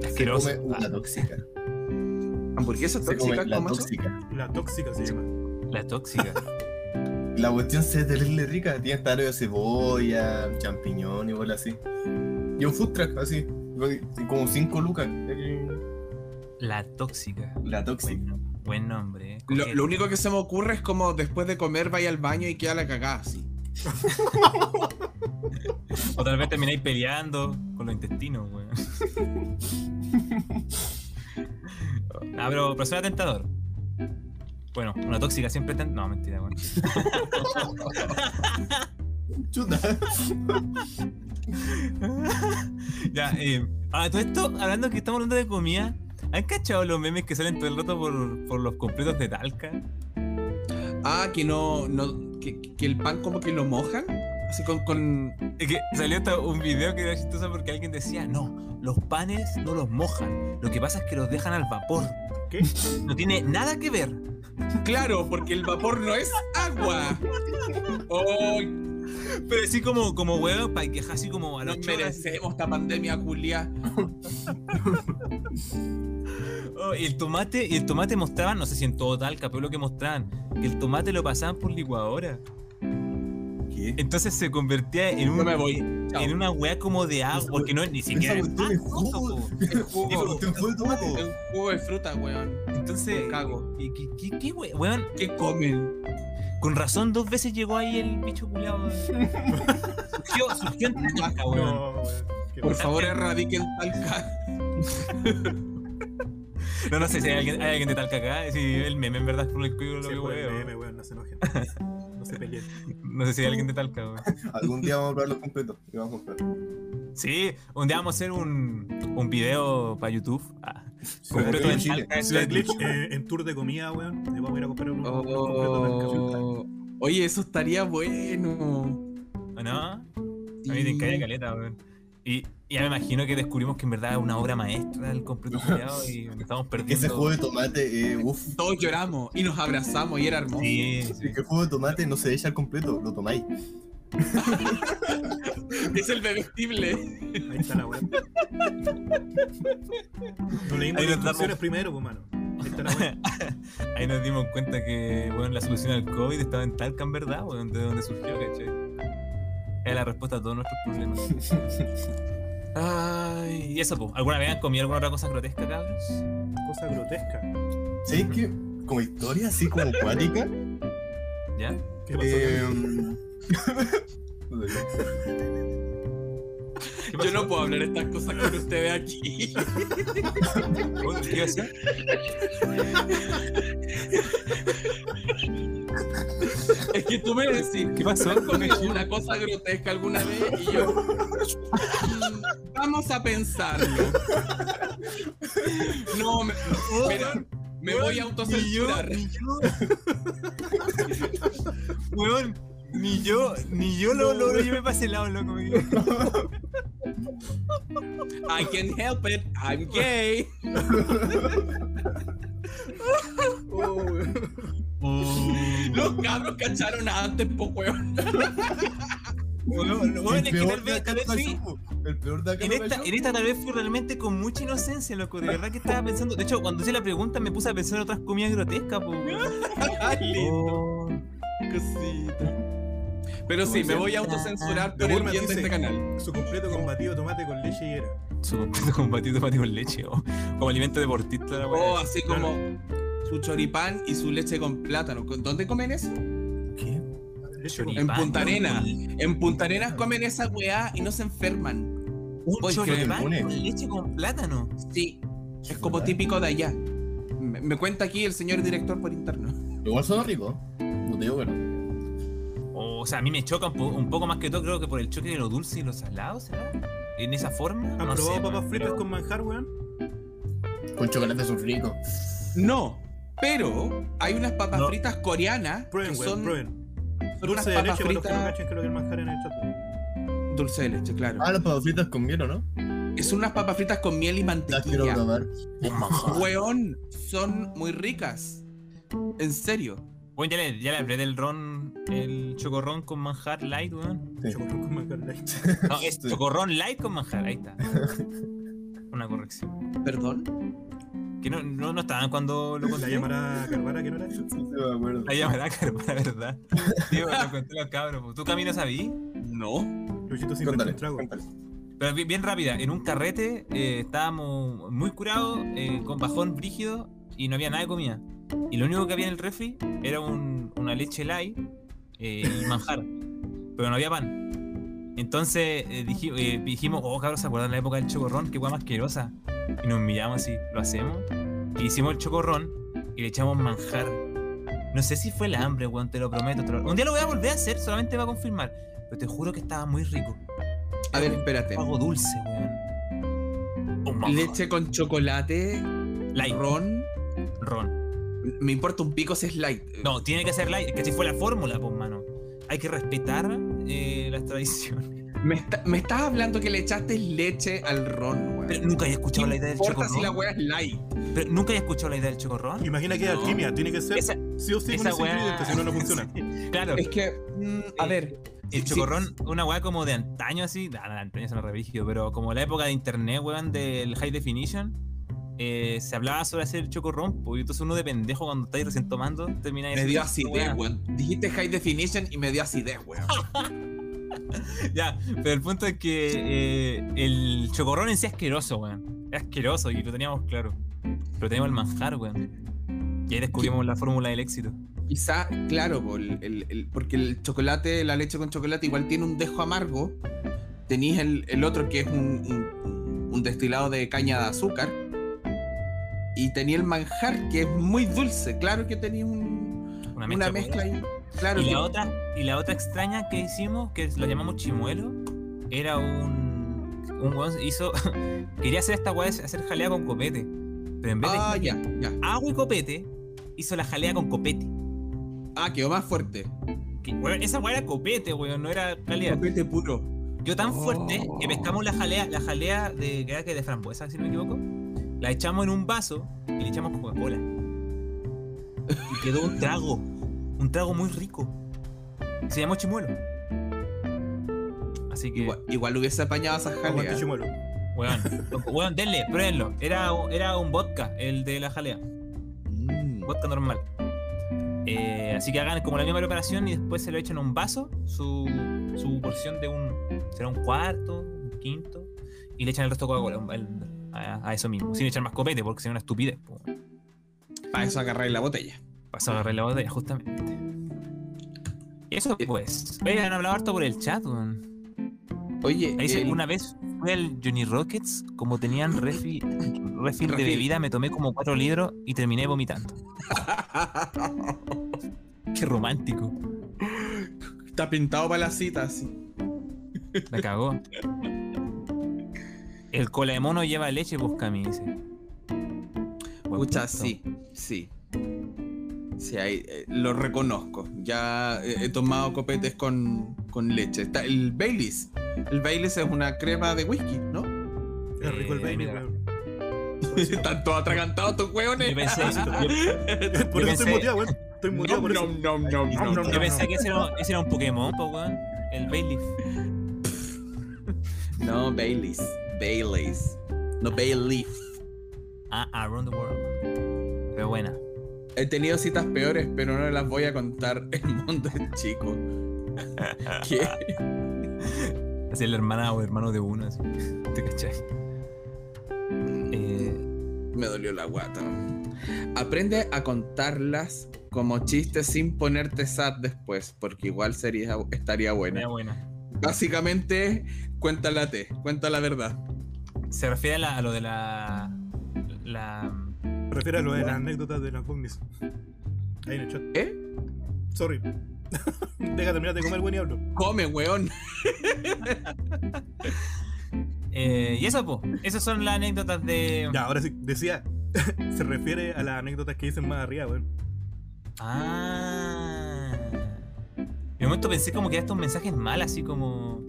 D: se
C: Asqueroso. Ah.
D: come una tóxica.
E: Hamburguesas
D: Se come
E: tóxicas
D: la
E: con macho.
D: tóxica.
B: La tóxica se llama.
C: La tóxica.
D: La cuestión se es terrible rica. Tiene esta área de cebolla, champiñón y bola así. Y un food truck así. Como 5 lucas. el-
C: La tóxica.
D: La tóxica.
C: Buen, nom- buen nombre. eh.
E: Lo,
C: Coquete.
E: lo único que se me ocurre es como después de comer vaya al baño y queda la cagada así.
C: O tal vez termináis peleando con los intestinos, weón. ah, pero persona tentador. Bueno, una tóxica siempre ten... No, mentira, weón.
D: Chuta.
C: ya, eh, a todo esto, hablando que estamos hablando de comida, ¿han cachado los memes que salen todo el rato por, por los completos de Talca?
E: Ah, que no. no que, que el pan como que lo mojan. Así con. con...
C: Es que salió hasta un video que era chistoso porque alguien decía, no, los panes no los mojan, lo que pasa es que los dejan al vapor.
B: ¿Qué?
C: No tiene nada que ver.
E: Claro, porque el vapor no es agua. Oh,
C: Pero así como, como huevo, para que así como a
E: no
C: los choras.
E: merecemos esta pandemia, Julia.
C: Oh, y el tomate, y el tomate mostraban, no sé si en todo Talca, pero lo que mostraban, que el tomate lo pasaban por licuadora.
D: ¿Qué?
C: Entonces se convertía en un-
E: No me voy. Chao.
C: en una hueá como de agua, porque no ni siquiera
D: Esa
C: es
D: cuestión es jugo.
C: jugo, po.
E: Es jugo,
D: Te fue el tomate.
E: es jugo de fruta, weón.
C: Entonces,
E: Me cago.
C: ¿qué, qué, qué, qué hue- weón?
E: ¿Qué comen?
C: Con razón dos veces llegó ahí el bicho culiado. surgió, surgió en Talca, weón.
B: No, weón. Qué
E: Por
B: mal.
E: favor, erradiquen Talca.
C: No, no sé si hay alguien, hay alguien de Talca acá, si el meme en verdad es por el culo lo
B: Sí,
C: que
B: por el
C: huevo.
B: meme, weón, no se enojen. No se peleen.
C: No sé si hay alguien de Talca, weón.
D: Algún día vamos a probar los completos. Y vamos a comprar.
C: Sí, un día vamos a hacer un, un video para YouTube. Ah, completo
D: pero
C: en
D: en Chile.
C: Talca,
B: Ciudad
C: en
B: Glitch,
C: Talca.
B: eh, en tour de comida, weón. Le vamos a ir a comprar unos unos completos del
E: Oh, oye, eso estaría bueno.
C: ¿O no? A mí te encaña caleta, weón. Y y ya me imagino que descubrimos que en verdad es una obra maestra el completo culiado y nos estamos perdiendo.
D: Ese jugo de tomate, eh, uff.
E: Todos lloramos y nos abrazamos y era hermoso.
C: Sí, sí.
D: Que el jugo de tomate no se echa al completo, lo tomáis.
E: Es el bebestible.
B: calcio. Ahí está la weón. No leímos
C: Ahí
B: las
C: nos damos-
B: instrucciones primero, pues, mano. Ahí está la weón.
C: Ahí nos dimos cuenta que bueno, la solución al COVID estaba en Talca, en verdad, weón, de donde surgió, ¿cachai? Es la respuesta a todos nuestros problemas. Ay, y eso, pues. ¿Alguna vez han comido alguna otra cosa grotesca, cabros?
B: Cosa grotesca.
D: ¿Sabéis que como historia así como acuática?
C: ¿Ya?
B: ¿Qué pasó?
D: eh,
B: Gabriel?
C: ¿Qué
E: Yo
C: pasó?
E: no puedo hablar estas cosas con ustedes aquí.
C: Uy, ¿Qué iba a decir?
E: Es que tú me decís,
C: ¿Qué pasó?
E: ¿han comido una cosa grotesca alguna vez? Y yo. mm, Vamos a pensarlo. No, me, mira, me voy a autocensurar.
C: Weón, ni yo, ni yo lo logro, yo me pasé el lado, loco. me quedé.
E: I can't help it. I'm gay. Los cabros cacharon antes, po, weón.
C: Weón, weón,
D: el
C: es que tal
D: peor de
C: vez,
D: acá
C: tal
D: no
C: vez
D: cayó,
C: sí.
D: po. El peor de acá
C: En
D: no
C: esta,
D: cayó.
C: en esta tal vez fui realmente con mucha inocencia, loco. De verdad que estaba pensando. De hecho, cuando hice la pregunta me puse a pensar en otras comidas grotescas, po. weón. Oh.
E: Cosita. Pero sí, me voy a autocensurar por
B: The
E: el
B: Burman
E: bien de
B: dice-
E: este canal.
B: Su completo con batido de tomate con leche y era.
C: Su completo con batido de tomate con leche, o como alimento deportista, la
E: O
C: weá.
E: Oh, así como su choripán y su leche con plátano. ¿Con- ¿Dónde comen eso?
D: ¿Qué?
B: Leche con-
E: en Punta Arenas.
C: Un
E: En Punta Arenas comen esa weá y no se enferman. Voy,
C: choripán
D: creo que
C: con leche con plátano.
E: Sí, es como típico de allá. Me, me cuenta aquí el señor director por interno.
D: Igual son ricos. No te digo que no.
C: Oh, O, sea, a mí me choca un, po- un poco más que todo, creo que por el choque de lo dulce y lo salado, ¿será? En esa forma.
B: ¿Han
C: no sé,
B: probado papas
C: weón,
B: fritas
C: pero-
B: con manjar, weón?
D: Con chocolate son ricos.
E: No, pero hay unas papas
B: No.
E: fritas coreanas
B: Prueben,
E: que
B: weón,
E: son,
B: prueben.
E: son unas
B: Dulce de leche
E: papas
B: para los que no
E: fritas
B: cachen, creo que el manjar en el chat.
E: dulce de leche, claro.
D: Ah, las papas fritas con miel, ¿o no?
E: Es unas papas fritas con miel y
D: Las quiero
E: mantequilla.
D: probar.
E: Weón, son muy ricas. En serio.
C: Bueno, ya le, ya le hablé del ron, el chocorrón con manjar light, weón.
D: Sí.
B: Chocorrón con manjar light.
C: No, es
D: Sí.
C: chocorrón light con manjar, ahí está. Una corrección.
E: Perdón.
C: Que no, no, no estaban cuando lo
B: La
C: conté.
B: llamará Carvara, que no era.
D: Sí, sí, me acuerdo.
C: La llamará, la verdad. Tío, lo conté a los cabros. po. ¿Tú camino sabí?
E: No.
B: Luchito sin
D: Cuéntale,
B: un trago.
D: cuéntale.
C: Pero bi- bien rápida, en un carrete eh, estábamos muy curados, eh, con bajón brígido y no había nada de comida. Y lo único que había en el refri era un- una leche light eh, y manjar, pero no había pan. Entonces eh, diji- eh, dijimos, oh cabros, ¿se acuerdan la época del chocorrón? Qué guay más asquerosa. Y nos miramos así, lo hacemos. Y hicimos el chocorrón y le echamos manjar. No sé si fue el hambre, weón, te lo prometo. te lo- Un día lo voy a volver a hacer, solamente va a confirmar. Pero te juro que estaba muy rico.
E: A ver, espérate.
C: Algo dulce, weón. Un manjar.
E: Leche con chocolate,
C: light,
E: ron.
C: ron.
E: Me importa un pico si es light.
C: No, tiene que ser light, que si fue la fórmula, pues, mano. Hay que respetar eh, las tradiciones.
E: Me, está- me estás hablando que le echaste leche al ron, weón.
C: Pero nunca he escuchado
E: No
C: la idea del
E: importa
C: chocorrón.
E: si la weá es light.
C: Pero nunca he escuchado la idea del chocorrón.
B: Imagina que es
E: No.
B: alquimia, tiene que ser
C: Esa,
B: sí o sí con
C: esa
B: ese
C: weá.
B: ingrediente, si no, no funciona.
C: Sí, Claro,
E: Es que, mm, a ver,
C: el
E: sí,
C: chocorrón, una weá como de antaño así. Ah, no, de antaño suena re brígido, pero como la época de internet, weón, del high definition. eh, se hablaba sobre hacer el chocorrón, pues y entonces uno de pendejo cuando estáis recién tomando termina
E: me dio acidez,
C: weá.
E: weón. Dijiste high definition y me dio acidez, weón.
C: Ya, pero el punto es que eh, el chocorrón en sí es asqueroso, weón. Es asqueroso y lo teníamos claro. Pero teníamos el manjar, weón. Y ahí descubrimos la fórmula del éxito.
E: Quizá, claro, po, el- el- el- porque el chocolate, la leche con chocolate igual tiene un dejo amargo. Tenéis el, el otro que es un, un- un destilado de caña de azúcar. Y tenía el manjar que es muy dulce. Claro que tenía un-
C: Una
E: una
C: mezcla.
E: mezcla,
C: weón.
E: ahí. Claro,
C: y,
E: que-
C: la otra, y la otra extraña que hicimos, que lo llamamos chimuelo, era un. Un weón hizo. quería hacer esta weá, hacer jalea con copete. Pero en vez de
E: Ah, ya, ya.
C: agua y copete, hizo la jalea con copete.
E: Ah, quedó más fuerte.
C: Que, weón, esa weá era copete, weón, no era jalea.
E: Copete puro.
C: Yo tan fuerte que
E: Oh.
C: pescamos la jalea, la jalea de, que era que de frambuesa, si no me equivoco, la echamos en un vaso y le echamos Coca-Cola. Y quedó un trago, un trago muy rico. Se llamó chimuelo. Así que,
E: Igual, igual hubiese apañado esa
B: Aguante
E: jalea.
B: chimuelo.
C: weón, weón, denle, pruébenlo. Era, era un vodka, el de la jalea,
E: Mm.
C: vodka normal. Eh, así que hagan como la misma preparación y después se lo echan a un vaso, su, su porción de un, será un cuarto, un quinto, y le echan el resto de Coca-Cola al- a, a eso mismo, sin echar más copete, porque sería una estupidez. po.
E: Para eso agarrar la botella.
C: Pasó a agarrar la botella, justamente. Y eso, pues. Oye, han hablado harto por el chat, weón.
E: Oye,
C: Ahí dice,
E: el-
C: una vez fui al Johnny Rockets, como tenían refi, refil de
E: Refil.
C: bebida, me tomé como cuatro litros y terminé vomitando. Qué romántico.
E: está pintado para la cita, así.
C: La cagó. El cola de mono lleva leche, busca me dice. Buen
E: Escucha,
C: punto.
E: sí, sí. Sí, ahí, eh, lo reconozco. Ya eh, he tomado copetes con, con leche. Está el Baileys. El Baileys es una crema de whisky, ¿no?
B: Es rico el
C: Eh,
B: baby,
C: mira.
B: weón.
E: Están todos atragantados tus
C: Yo
E: hueones.
C: pensé, yo-
B: Por eso
C: pensé-
B: estoy muteado, weón. Estoy muteado
E: No,
B: por
E: no,
B: eso.
E: no, no, no,
B: no,
E: no.
C: yo pensé que ese era, ese era un Pokémon, po, weón. El Bailiff.
E: No, Baileys. Baileys. No, Baileys.
C: Ah, Around the World. Pero buena.
E: He tenido citas peores, pero no las voy a contar. El mundo es chico. ¿Qué?
C: Así es la hermana o hermano de uno, así. ¿Te cachai? Eh,
E: Me dolió la guata. Aprende a contarlas como chistes sin ponerte sad después, porque igual sería, estaría
C: buena,
E: buena.
C: buena.
E: Básicamente, cuéntala te, cuenta la verdad.
C: Se refiere a, la- a lo de la. La.
B: Me refiero a lo de las anécdotas de las bognis. Ahí en el chat.
E: ¿Eh?
B: Sorry. Deja terminar de comer, weón, y hablo.
E: Come, weón.
C: Eh, y eso, po. Esas son las anécdotas de.
B: Ya, ahora sí, decía. Se refiere a las anécdotas que dicen más arriba, weón.
C: Ah. En un momento pensé como que estos mensajes mal, así como.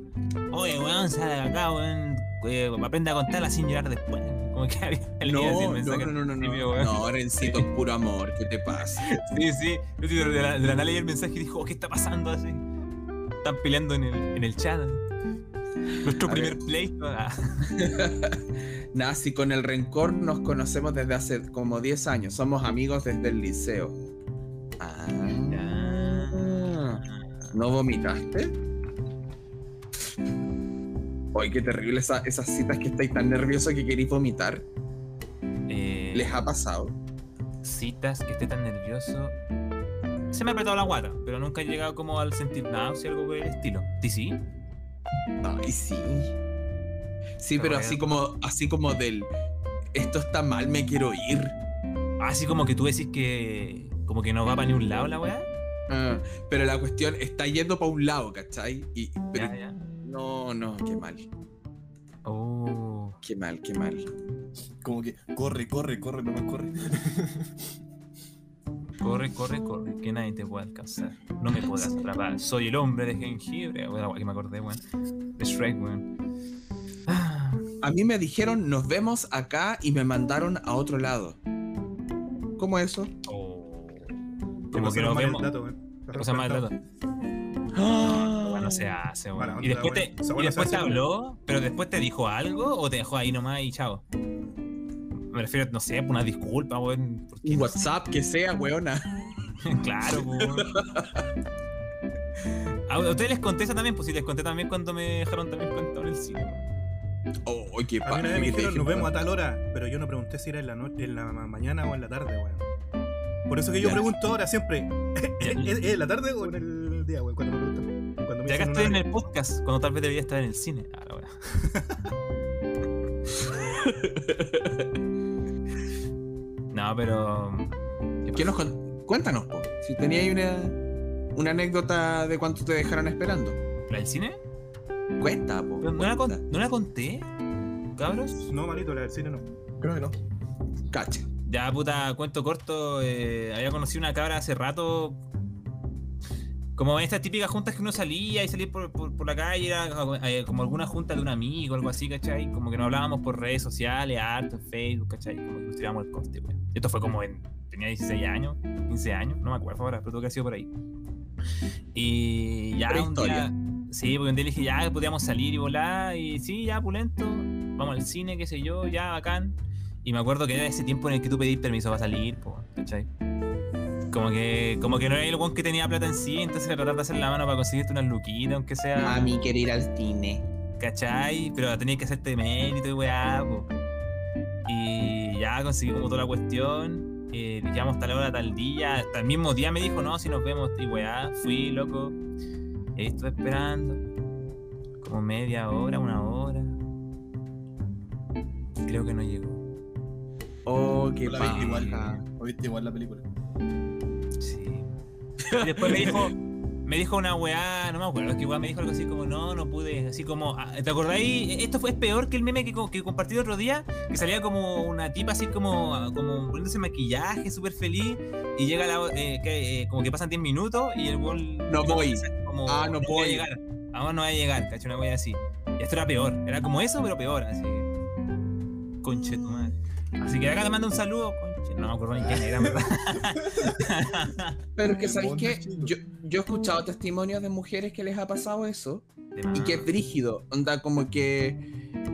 C: Oye, weón, sal de acá, weón. eh, aprende a contarla sin llorar después. Como que había leído así el
E: No, no,
C: mensaje
E: no, no, no.
C: al principio,
E: No,
C: weón.
E: no Rencito, puro amor, ¿qué te pasa?
C: Sí, sí. Yo sí, de la, de la nada leí el mensaje y dijo, "Oh, ¿qué está pasando así? Están peleando en el, en el chat. Nuestro
E: A
C: primer pleito. ah.
E: Nada, si con el rencor nos conocemos desde hace como 10 años, somos amigos desde el liceo. Ah, ¿no vomitaste? Ay, qué terrible esa- esas citas que estáis tan nerviosos que queréis vomitar.
C: Eh,
E: ¿Les ha pasado?
C: citas que esté tan nervioso. Se me ha apretado la guata, pero nunca he llegado como al sentir náusea o algo por el estilo. ¿Ti sí?
E: Ay, sí. Sí,
C: Qué
E: pero
C: bueno.
E: así como, así como del esto está mal, me quiero ir.
C: Así como que tú decís que. como que no va para ni un lado la weá.
E: Ah, pero la cuestión está yendo para un lado, ¿cachai? Y, pero-
C: Ya, ya.
E: No, no, qué mal,
C: Oh.
E: qué mal, qué mal.
D: Como que corre, corre, corre, nomás corre.
C: Corre, corre, corre, que nadie te puede alcanzar. No me puedas atrapar. Soy el hombre de jengibre. Bueno, que me acordé, weón. De Shrek, weón. Ah,
E: A mí me dijeron, nos vemos acá y me mandaron a otro lado. ¿Cómo eso?
C: oh.
B: Te
C: Como que
B: pasaron
C: nos
B: mal el
C: vemos.
B: dato, weón.
C: O sea, más dato. Bueno,
B: ¡Ah!
E: No
C: Ah, se hace, weón.
B: Mala
C: y después,
B: onda,
C: te,
B: weón. Esa weá
C: y
B: no se
C: después te
B: hace,
C: habló, pero después te dijo algo o te dejó ahí nomás y chao. Me refiero, no sé, una disculpa, weón. porque
E: Un
C: no
E: WhatsApp que sea, weona.
C: Claro, po. A a ustedes les conté eso también, pues sí, les conté también cuando me dejaron también cuenta en el cine.
E: Oh, qué
B: A mí una
E: paja
C: Ah,
B: vez me
E: que te
B: dijeron,
E: dejen
B: nos vemos a
E: por-
B: tal hora, pero yo no pregunté si era en la, noche, en la ma- mañana o en la tarde, weón. Por eso que yo
E: Ya.
B: pregunto ahora siempre,
C: Ya.
B: ¿es es en la tarde o en el día, weón? Cuando me preguntan. Cuando me
C: Ya acá
B: dicen
C: estoy en
B: una
C: el podcast, cuando tal vez debería estar en el cine. Ah, la wea. no, pero. ¿qué pasa?
E: ¿Qué nos con- Cuéntanos, po. Si tenía ahí una, una anécdota de cuánto te dejaron esperando.
C: ¿La del cine?
E: Cuenta, po.
C: Pero ¿No la,
E: cuenta.
C: con- ¿No la conté? ¿Cabros?
B: hora. No, malito, la del cine no.
D: Creo que no.
E: Cacha.
C: Ya, puta, cuento corto. eh, había conocido una cabra hace rato. Como en estas típicas juntas que uno salía y salía por, por- por la calle, era como- eh, como alguna junta de un amigo, algo así, ¿cachai? Como que nos hablábamos por redes sociales, harto, en Facebook, ¿cachai? Como que nos tirábamos el corte, weón. Esto fue como en. Tenía 16 años, 15 años, no me acuerdo ahora, pero creo que ha sido por ahí. Y ya un
E: Prehistoria.
C: día. Sí, porque un día le dije, ya podíamos salir y volar, y sí, ya pulento, vamos al cine, qué sé yo, ya bacán. Y me acuerdo que era ese tiempo en el que tú pedís permiso para salir, po, ¿cachai? Como que, como que no era el weón que tenía plata en sí, entonces era tratar de hacer la mano para conseguirte unas luquitas, aunque sea.
B: Ah.
E: quiere ir al cine.
C: ¿cachai? Pero tenías que hacerte mérito y weá, po. Y ya conseguí como toda la cuestión. Eh, llegamos tal hora, tal día. Hasta el mismo día me dijo, no, si nos vemos. Y weá, fui, loco. Y estuve esperando. Como media hora, una hora. Creo que no llegó.
E: Oh, qué
D: Tú la viste igual.
E: paja.
D: O viste igual la película.
C: Sí. Y después me dijo, me dijo una weá, no me acuerdo, que weá me dijo algo así como, no, no pude, así como, ah, ¿te acordáis? Esto fue es peor que el meme que, co- que compartí el otro día, que salía como una tipa así como, ah, como poniéndose maquillaje, súper feliz, y llega la, o- eh, que, eh, como que pasan 10 minutos y el weón...
E: No voy.
C: como,
E: Ah, no
C: voy a
E: voy.
C: llegar, ahora no voy a llegar, cacho, una weá así. Y esto era peor, era como eso, pero peor, así. Conche tu madre. Así que acá te mando un saludo, conche, no me acuerdo ni quién era, en ¿verdad?
E: Pero es que,
D: El
E: ¿sabéis
D: mundo
E: qué?
D: es chico.
E: Yo, yo he escuchado testimonios de mujeres que les ha pasado eso. Y
C: Ah.
E: que es brígido, onda como que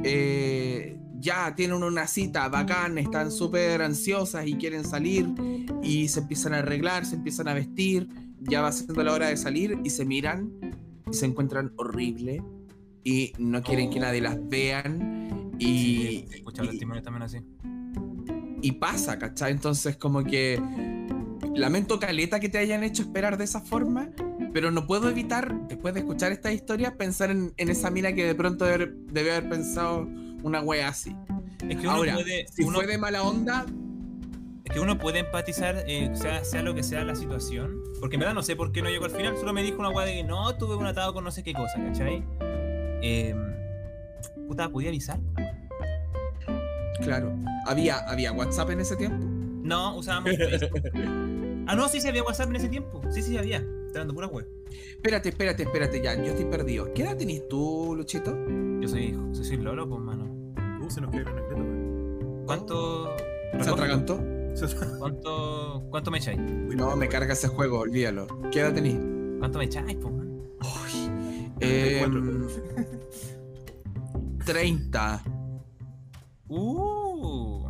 E: eh, ya tienen una cita bacán, están súper ansiosas y quieren salir y se empiezan a arreglar, se empiezan a vestir, ya va siendo la hora de salir y se miran y se encuentran horrible y no quieren que nadie las vean y,
C: Sí, he escuchado
E: y-
C: testimonios también así.
E: y pasa, ¿cachai? Entonces como que lamento caleta que te hayan hecho esperar de esa forma, pero no puedo evitar, después de escuchar estas historias, pensar en, en esa mina que de pronto debe, haber- debe haber pensado una wea así.
C: Es que uno,
E: Ahora,
C: puede,
E: si
C: uno-
E: fue de mala onda,
C: es que uno puede empatizar, eh, sea, sea lo que sea la situación. Porque en verdad no sé por qué no llegó al final, solo me dijo una weá de que no, tuve un atado con no sé qué cosa, ¿cachai? Eh, puta, ¿podía avisar?
E: claro, había, había WhatsApp en ese tiempo.
C: No, usábamos Facebook. ah, no, sí, sí había WhatsApp en ese tiempo. Sí, sí, había. Estaba dando pura web.
E: Espérate, espérate, espérate, ya, yo estoy perdido. ¿Qué edad tenés tú, Luchito?
C: Yo soy, yo soy Lolo, pues, mano.
B: Uh, se nos quedó una anécdota, weón.
C: ¿Cuánto,
E: ¿Se atragantó?
C: ¿cuánto, cuánto me echáis?
B: Uy,
E: No, me
B: weón.
E: carga ese juego, olvídalo. ¿Qué edad tenés?
C: ¿Cuánto me echáis, pues, mano?
E: Eh,
B: Cuatro.
E: 30.
C: Uh,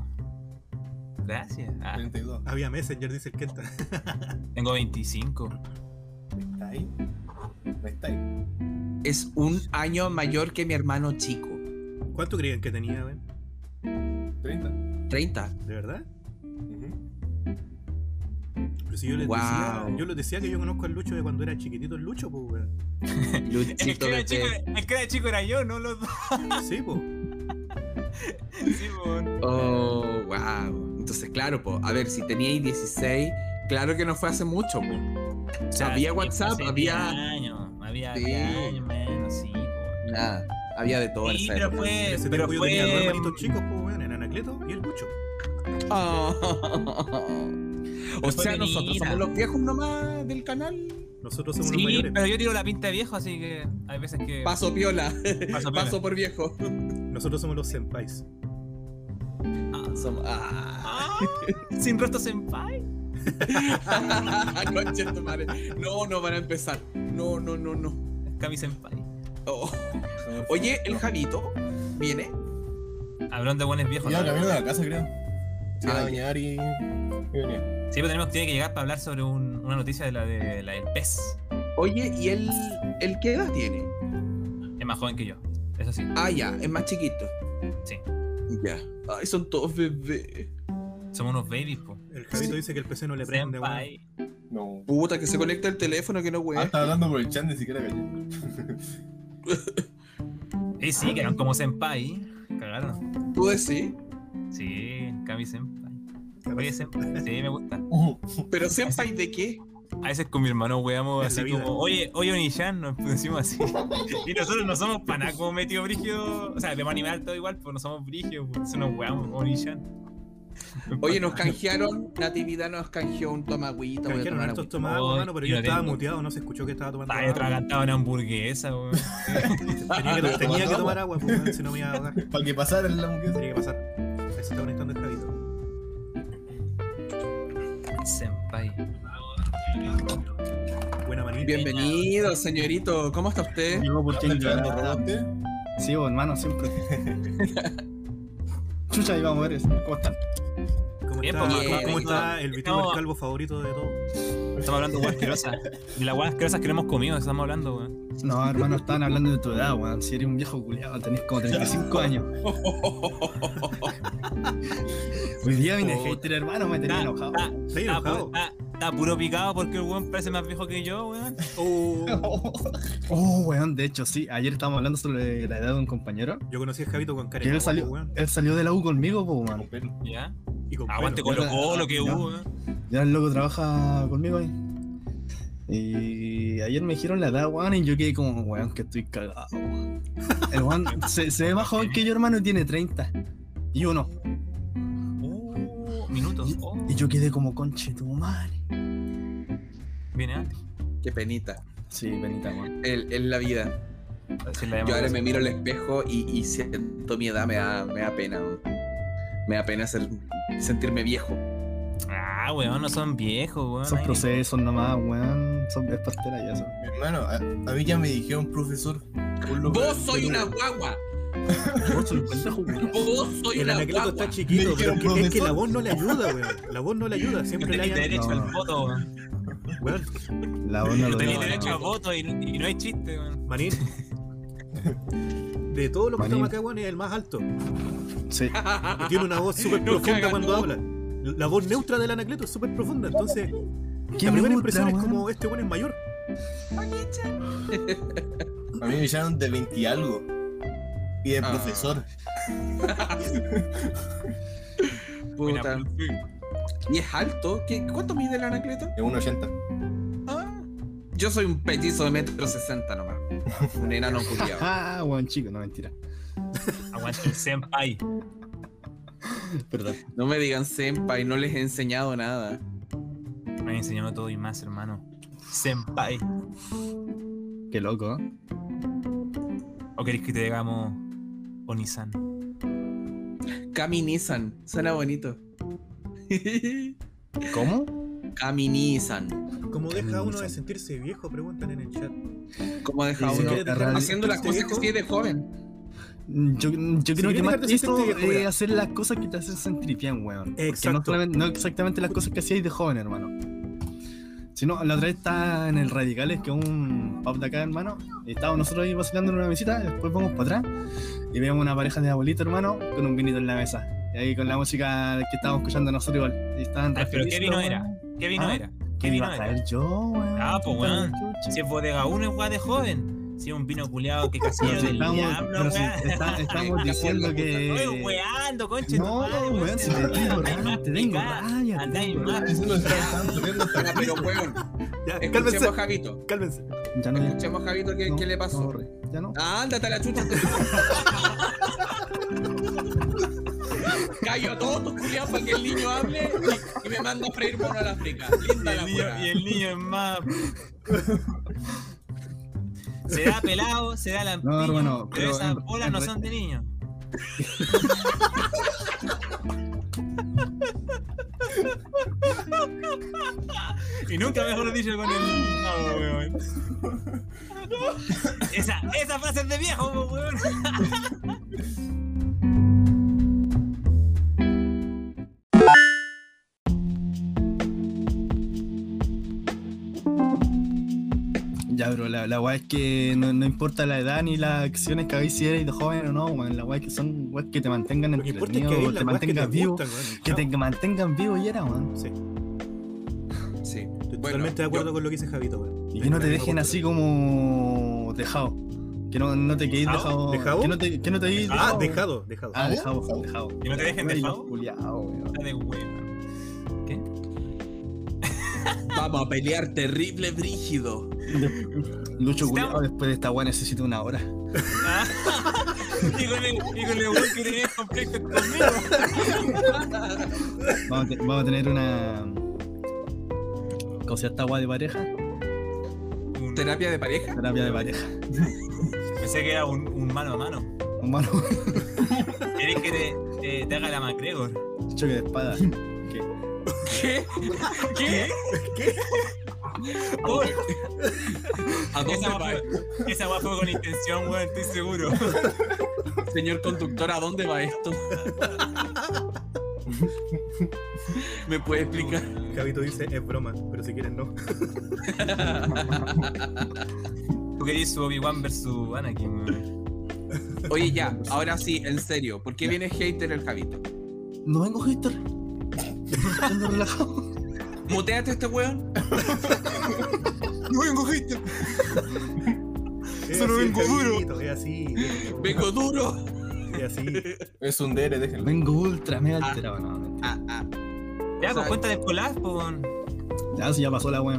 C: gracias. Ah,
D: 32.
B: Había Messenger, dice el Kenta.
C: tengo 25.
D: ¿Me está ahí? ¿Me está ahí?
E: Es un año mayor que mi hermano chico.
B: ¿Cuánto creían que tenía, weón?
D: ¿30?
E: 30.
B: ¿De verdad?
D: Ujú.
B: Pero si yo les decía,
E: Wow.
B: yo les decía que yo conozco al Lucho de cuando era chiquitito el Lucho, pues, weón.
C: El
E: Luchito
C: que, era
E: de
C: chico, el que era chico era yo, no los dos.
B: Sí, pues.
C: Sí, po.
E: Oh, wow. Entonces, claro, po, a ver, si teníais 16, claro que no fue hace mucho, po.
C: O
E: había
C: sí,
E: WhatsApp,
C: hace
E: había-
C: 10 años, había
E: Sí.
C: 10 años, menos, sí, po.
E: Nada, había de todo pues. en
C: Sí,
E: esa
C: pero
E: época.
C: fue.
B: Ese
C: Pero
B: tiempo yo tenía dos hermanitos
C: fue.
B: chicos, pues, weón, el Anacleto y el Lucho.
E: Oh. O
C: fue
E: sea, nosotros
C: menina.
E: somos los viejos nomás del canal.
C: Eh,
B: Nosotros somos los
C: Sí,
B: mayores.
C: pero yo tiro la pinta de viejo, así que hay veces que.
E: Paso piola,
C: Paso piola.
E: paso por viejo.
B: Nosotros somos los senpais.
E: Somos- ah.
C: Ah, Sin rostro senpai.
E: Concha tu madre. No, no van a empezar. No, no, no, no.
C: Kami senpai.
E: Oh. Oye, el Javito viene.
C: Hablando de buenos viejos.
D: Ya,
C: ¿no?
D: camino de la casa, creo. Se iba a
E: Ah, ya.
D: bañar y. y venía.
C: Siempre tenemos tiene que llegar para hablar sobre un- una noticia de la, de, la del pez.
E: Oye, ¿y él, él qué edad tiene?
C: Es más joven que yo. Eso sí.
E: Ah, ya, es más chiquito.
C: Sí.
E: Ya. Ay, son todos bebés.
C: Somos unos babies, po.
B: El Javito
E: Sí.
B: dice que el PC no le prende, weón.
C: Senpai.
D: No.
E: Puta, que se conecta el teléfono, que no
D: Ah,
E: weá.
D: estaba hablando por el chat, ni siquiera callé.
C: Sí, Eh, sí, quedaron como senpai. Cagaron.
E: Tú decís.
C: Sí, Kami senpai.
E: Este
C: Oye, senpai. Sí, me gusta.
D: Uh,
E: Pero senpai de qué?
C: A veces con mi hermano weamos
B: Es la
C: así
B: vida.
C: como, oye, oye Onishan, nos decimos así. y nosotros no somos para nada como metido brígido. O sea, le vamos a animar todo igual, pero no somos brígidos, pues eso nos weamos, Onishan.
E: Oye, nos canjearon, Natividad nos canjeó un tomagüita. voy a
B: Canjearon
E: tomar
B: hartos
E: agüita.
B: tomados,
C: Ay,
B: hermano, pero
C: y
B: yo
C: no
B: estaba
C: tengo.
B: muteado, no se escuchó que estaba tomando
C: Estaba
B: agua.
C: atragantado una hamburguesa, weón.
B: Tenía que, tenía que tomar agua, pues, weón, si no me iba a ahogar.
D: para que pasara la hamburguesa.
B: Tenía que pasar. Ahí se está conectando el Javito.
C: Senpai.
B: Buena manita.
E: Bienvenido, señorito. ¿Cómo está usted?
F: Yo por
D: ¿Estás
F: Tinder.
D: esperando robote?
F: Sí, vos, hermano, siempre. Chucha, ahí vamos a ver. ¿Cómo están?
B: ¿Cómo
C: Bien,
B: está,
E: pues,
B: cómo
E: bien.
B: está el VTuber
C: Estamos-
B: calvo favorito de todos?
C: Estamos hablando de guasquerosas. De las guasquerosas que no hemos comido, estamos hablando, weón.
F: No, hermano, estaban hablando de tu edad, weón. Si eres un viejo culiado, tenés como 35 años. Hoy día vine
C: Puta. Ah,
F: hater, hermano, me tenía
C: Está-
F: enojado.
C: está-
B: Está
C: está pu-
B: enojado.
C: Está está puro picado porque el weón parece más viejo que yo, weón.
B: Oh,
F: Oh, weón, de hecho, sí. Ayer estábamos hablando sobre la edad de un compañero.
B: yo conocí a Javito con
F: Que
B: Karen.
F: él salió, él salió de la U conmigo, po, weón.
C: Ya.
B: Y con
C: Aguante
B: pelo.
F: con-
C: Colo Colo que
F: No.
C: hubo, weón.
F: Ya el loco trabaja conmigo ahí. Y ayer me dijeron la edad, weón, y yo quedé como, weón, que estoy cagado, weón. El weón se, se ve más joven que yo, hermano, y tiene 30. Y uno.
C: Uh, minutos. Oh,
F: Y yo quedé como, conche tu madre.
C: viene antes.
E: Qué penita.
F: Sí, penita, weón.
E: El- Es la vida.
C: Sí, la
E: Yo ahora
C: democracia.
E: me miro al espejo y, y siento mi edad, me da, me da pena. weón. Me da pena ser- sentirme viejo.
C: Ah, weón, no son viejos, weón.
F: Son
C: Ahí-
F: procesos nomás, weón. Son es pastela y eso.
D: Mi hermano, a, a mí ya me dijeron profesor. por lo
E: Vos
D: que-
E: soy una guagua.
F: Vos sos un pendejo, weón.
E: Vos Oh, soy
B: El
E: una
B: anacleto está
E: guagua.
B: chiquito,
D: Me
B: pero es que,
D: dijeron
B: es que la
D: profesor.
B: voz no le ayuda, weón. La voz no le ayuda,
C: No
B: siempre le
C: tenéis
B: ayuda.
C: derecho
F: No.
C: al voto, weón.
B: Weón,
F: La onda
C: No
F: lo
C: tenéis
F: lleva,
C: derecho al
F: weón.
C: voto y, y no hay chiste, weón.
B: Manín. De todos los que
F: Manín.
B: estamos acá, weón, es el más alto.
F: Sí.
B: Y tiene una voz súper
E: Ah. No
B: profunda
E: caga,
B: cuando
E: no.
B: habla. La voz neutra del anacleto es súper profunda, entonces
F: ¿Qué
B: la primera
F: me gusta,
B: impresión es
F: weón?
B: como este weón es mayor.
D: A mí me echaron de 20 y algo. Y de
E: Ah.
D: profesor.
E: Puta. Y es alto. ¿Qué, ¿Cuánto mide el anacleto?
D: De 1,80.
E: Ah, yo soy un petizo de metro sesenta nomás. Un enano culiado.
F: Ah, weón, chico, no mentira.
C: Aguante el senpai.
F: Perdón.
E: No me digan senpai, no les he enseñado nada.
C: Me han enseñado todo y más, hermano. Senpai.
F: Qué loco, ¿eh?
C: ¿O queréis que te digamos Onisan?
E: Caminizan, suena bonito.
F: ¿Cómo?
E: Caminizan.
B: Como deja uno de
F: Caminizan.
B: sentirse viejo? Preguntan en el chat.
E: Como deja
F: Dice
E: uno
F: que-
E: haciendo las cosas que
B: este viejo?
E: sí de joven.
F: Yo, yo creo
B: tiene
F: que más
B: cartas
F: que eso
B: sentir que
F: es
B: juega.
F: hacer las cosas que te hacen sentir bien, weón. Porque No,
B: Exacto.
F: solamente- no exactamente las cosas que hacíais de joven, hermano. Sino, la otra vez estaba en el Radicales, que es un pub de acá, hermano. Y estábamos nosotros ahí vacilando en una mesita, después vamos para atrás y veíamos una pareja de abuelitos, hermano, con un vinito en la mesa. Y ahí con la música que estábamos escuchando nosotros igual. Y estaban
C: Ay,
F: re
C: pero ¿qué
F: felices,
C: vino
F: weón.
C: era? ¿Qué vino
F: ¿Ah?
C: era?
F: ¿Qué
C: ¿Qué
F: iba
C: vino
F: a
C: era?
F: traer yo, weón?
C: Ah, pues,
F: Puta la
C: weón.
F: chucha.
C: Si es bodega 1 es weá de joven. Si es un vino culiado que casi
F: Pero
C: era
F: si
C: del
F: estamos,
C: diablo,
F: pero si
C: weá.
F: está- estamos
E: Casi
F: diciendo
E: la puta.
C: Estoy
F: que...
C: weando, conche.
F: No,
C: tu madre,
F: weón, si te
C: weón.
F: tengo
C: Andáis
F: rabia,
C: más
F: te tengo
C: picada,
F: rabia, te
C: andáis
F: tengo
C: más
F: rabia.
D: Eso no está están poniendo hasta
E: Ya, pero weón,
B: Ya,
E: escuchemos
B: cálmense,
E: a Javito.
B: cálmense.
F: Ya no, ya
E: Escuchemos a Javito qué,
F: no,
E: qué le pasó.
F: no, ya no.
E: Ah, ándate a la chucha. Callo a todos tus culiados para que el niño hable y, y me manda a freír mono a la África.
C: Y
E: Linda la
C: el, niño, y
E: wea.
C: el niño es más. Se da pelado, se da lampiño,
F: No, hermano,
C: pero,
F: pero
C: esas
F: en-
C: bolas
F: en
C: no
F: re-
C: son de niño. y nunca mejor lo dicho con el. No, weón. Esa, esa frase es de viejo, weón.
F: Ya, bro, la, la weá es que no, no importa la edad ni las acciones que habéis si erais de joven o no, weón. La weá es que son weas que te mantengan
B: Lo que importa es
F: entretenido,
B: que
F: que,
B: hay
F: te
B: las weas que te
F: mantengas vivo.
B: gustan, weón.
F: Que
B: Chao.
F: te mantengan vivo y era, weón.
B: Sí, estoy
E: Sí. Bueno,
B: totalmente de acuerdo
E: yo-
B: con lo que dice Javito, weón.
F: Y que no te dejen así como dejado. Que no, no te quedes
B: ¿Dejado?
F: dejado.
B: ¿Dejado?
F: Que no te, que no te quedes
B: Ah,
F: weón.
B: dejado, dejado.
F: Ah, dejado, dejado.
C: Y no te dejen de
F: Weón,
C: favor.
F: culiao, weón.
C: de weón.
E: Vamos a pelear terrible brígido.
F: Lucho
C: Estamos-
F: culiao, después de esta weá necesito una hora.
C: Ah, y con el, y con el weón que tenía conflicto conmigo.
F: Vamos a, te- vamos a tener una. ¿Cómo se llama esta weá de pareja?
C: Un-
E: ¿Terapia de pareja?
F: Terapia de pareja.
C: Pensé que era un, un mano a mano.
F: Humano,
C: ¿Querés que te, eh, te haga la MacGregor?
F: choque de espada.
E: ¿Qué? ¿Qué?
C: Oh,
E: ¿A dónde
C: esa
E: va?
C: guapa esa guapa fue con intención, weón, estoy seguro.
E: Señor conductor, ¿a dónde va esto? ¿Me puede explicar?
B: Javito dice, es broma, pero si quieren no.
C: Tú querías su Obi-Wan versus Anakin, weón.
E: Oye, ya, ahora sí, en serio, ¿por qué viene hater el Javito?
F: No vengo, Hitor. Ando relajado.
E: Muteate a este weón.
C: No vengo, hater.
B: Es
C: Solo
B: así,
C: vengo
B: el
C: duro.
B: Javito, Es así,
E: Vengo duro.
B: es así.
D: Es un DR, déjenlo.
F: Vengo ultra mega
E: Ah.
F: alterado, no, mentira.
E: Ah, ah.
C: Ya,
E: O sea,
C: pues cuenta de Polar, pues. weón.
F: Ya, Ah, sí, ya pasó la weá.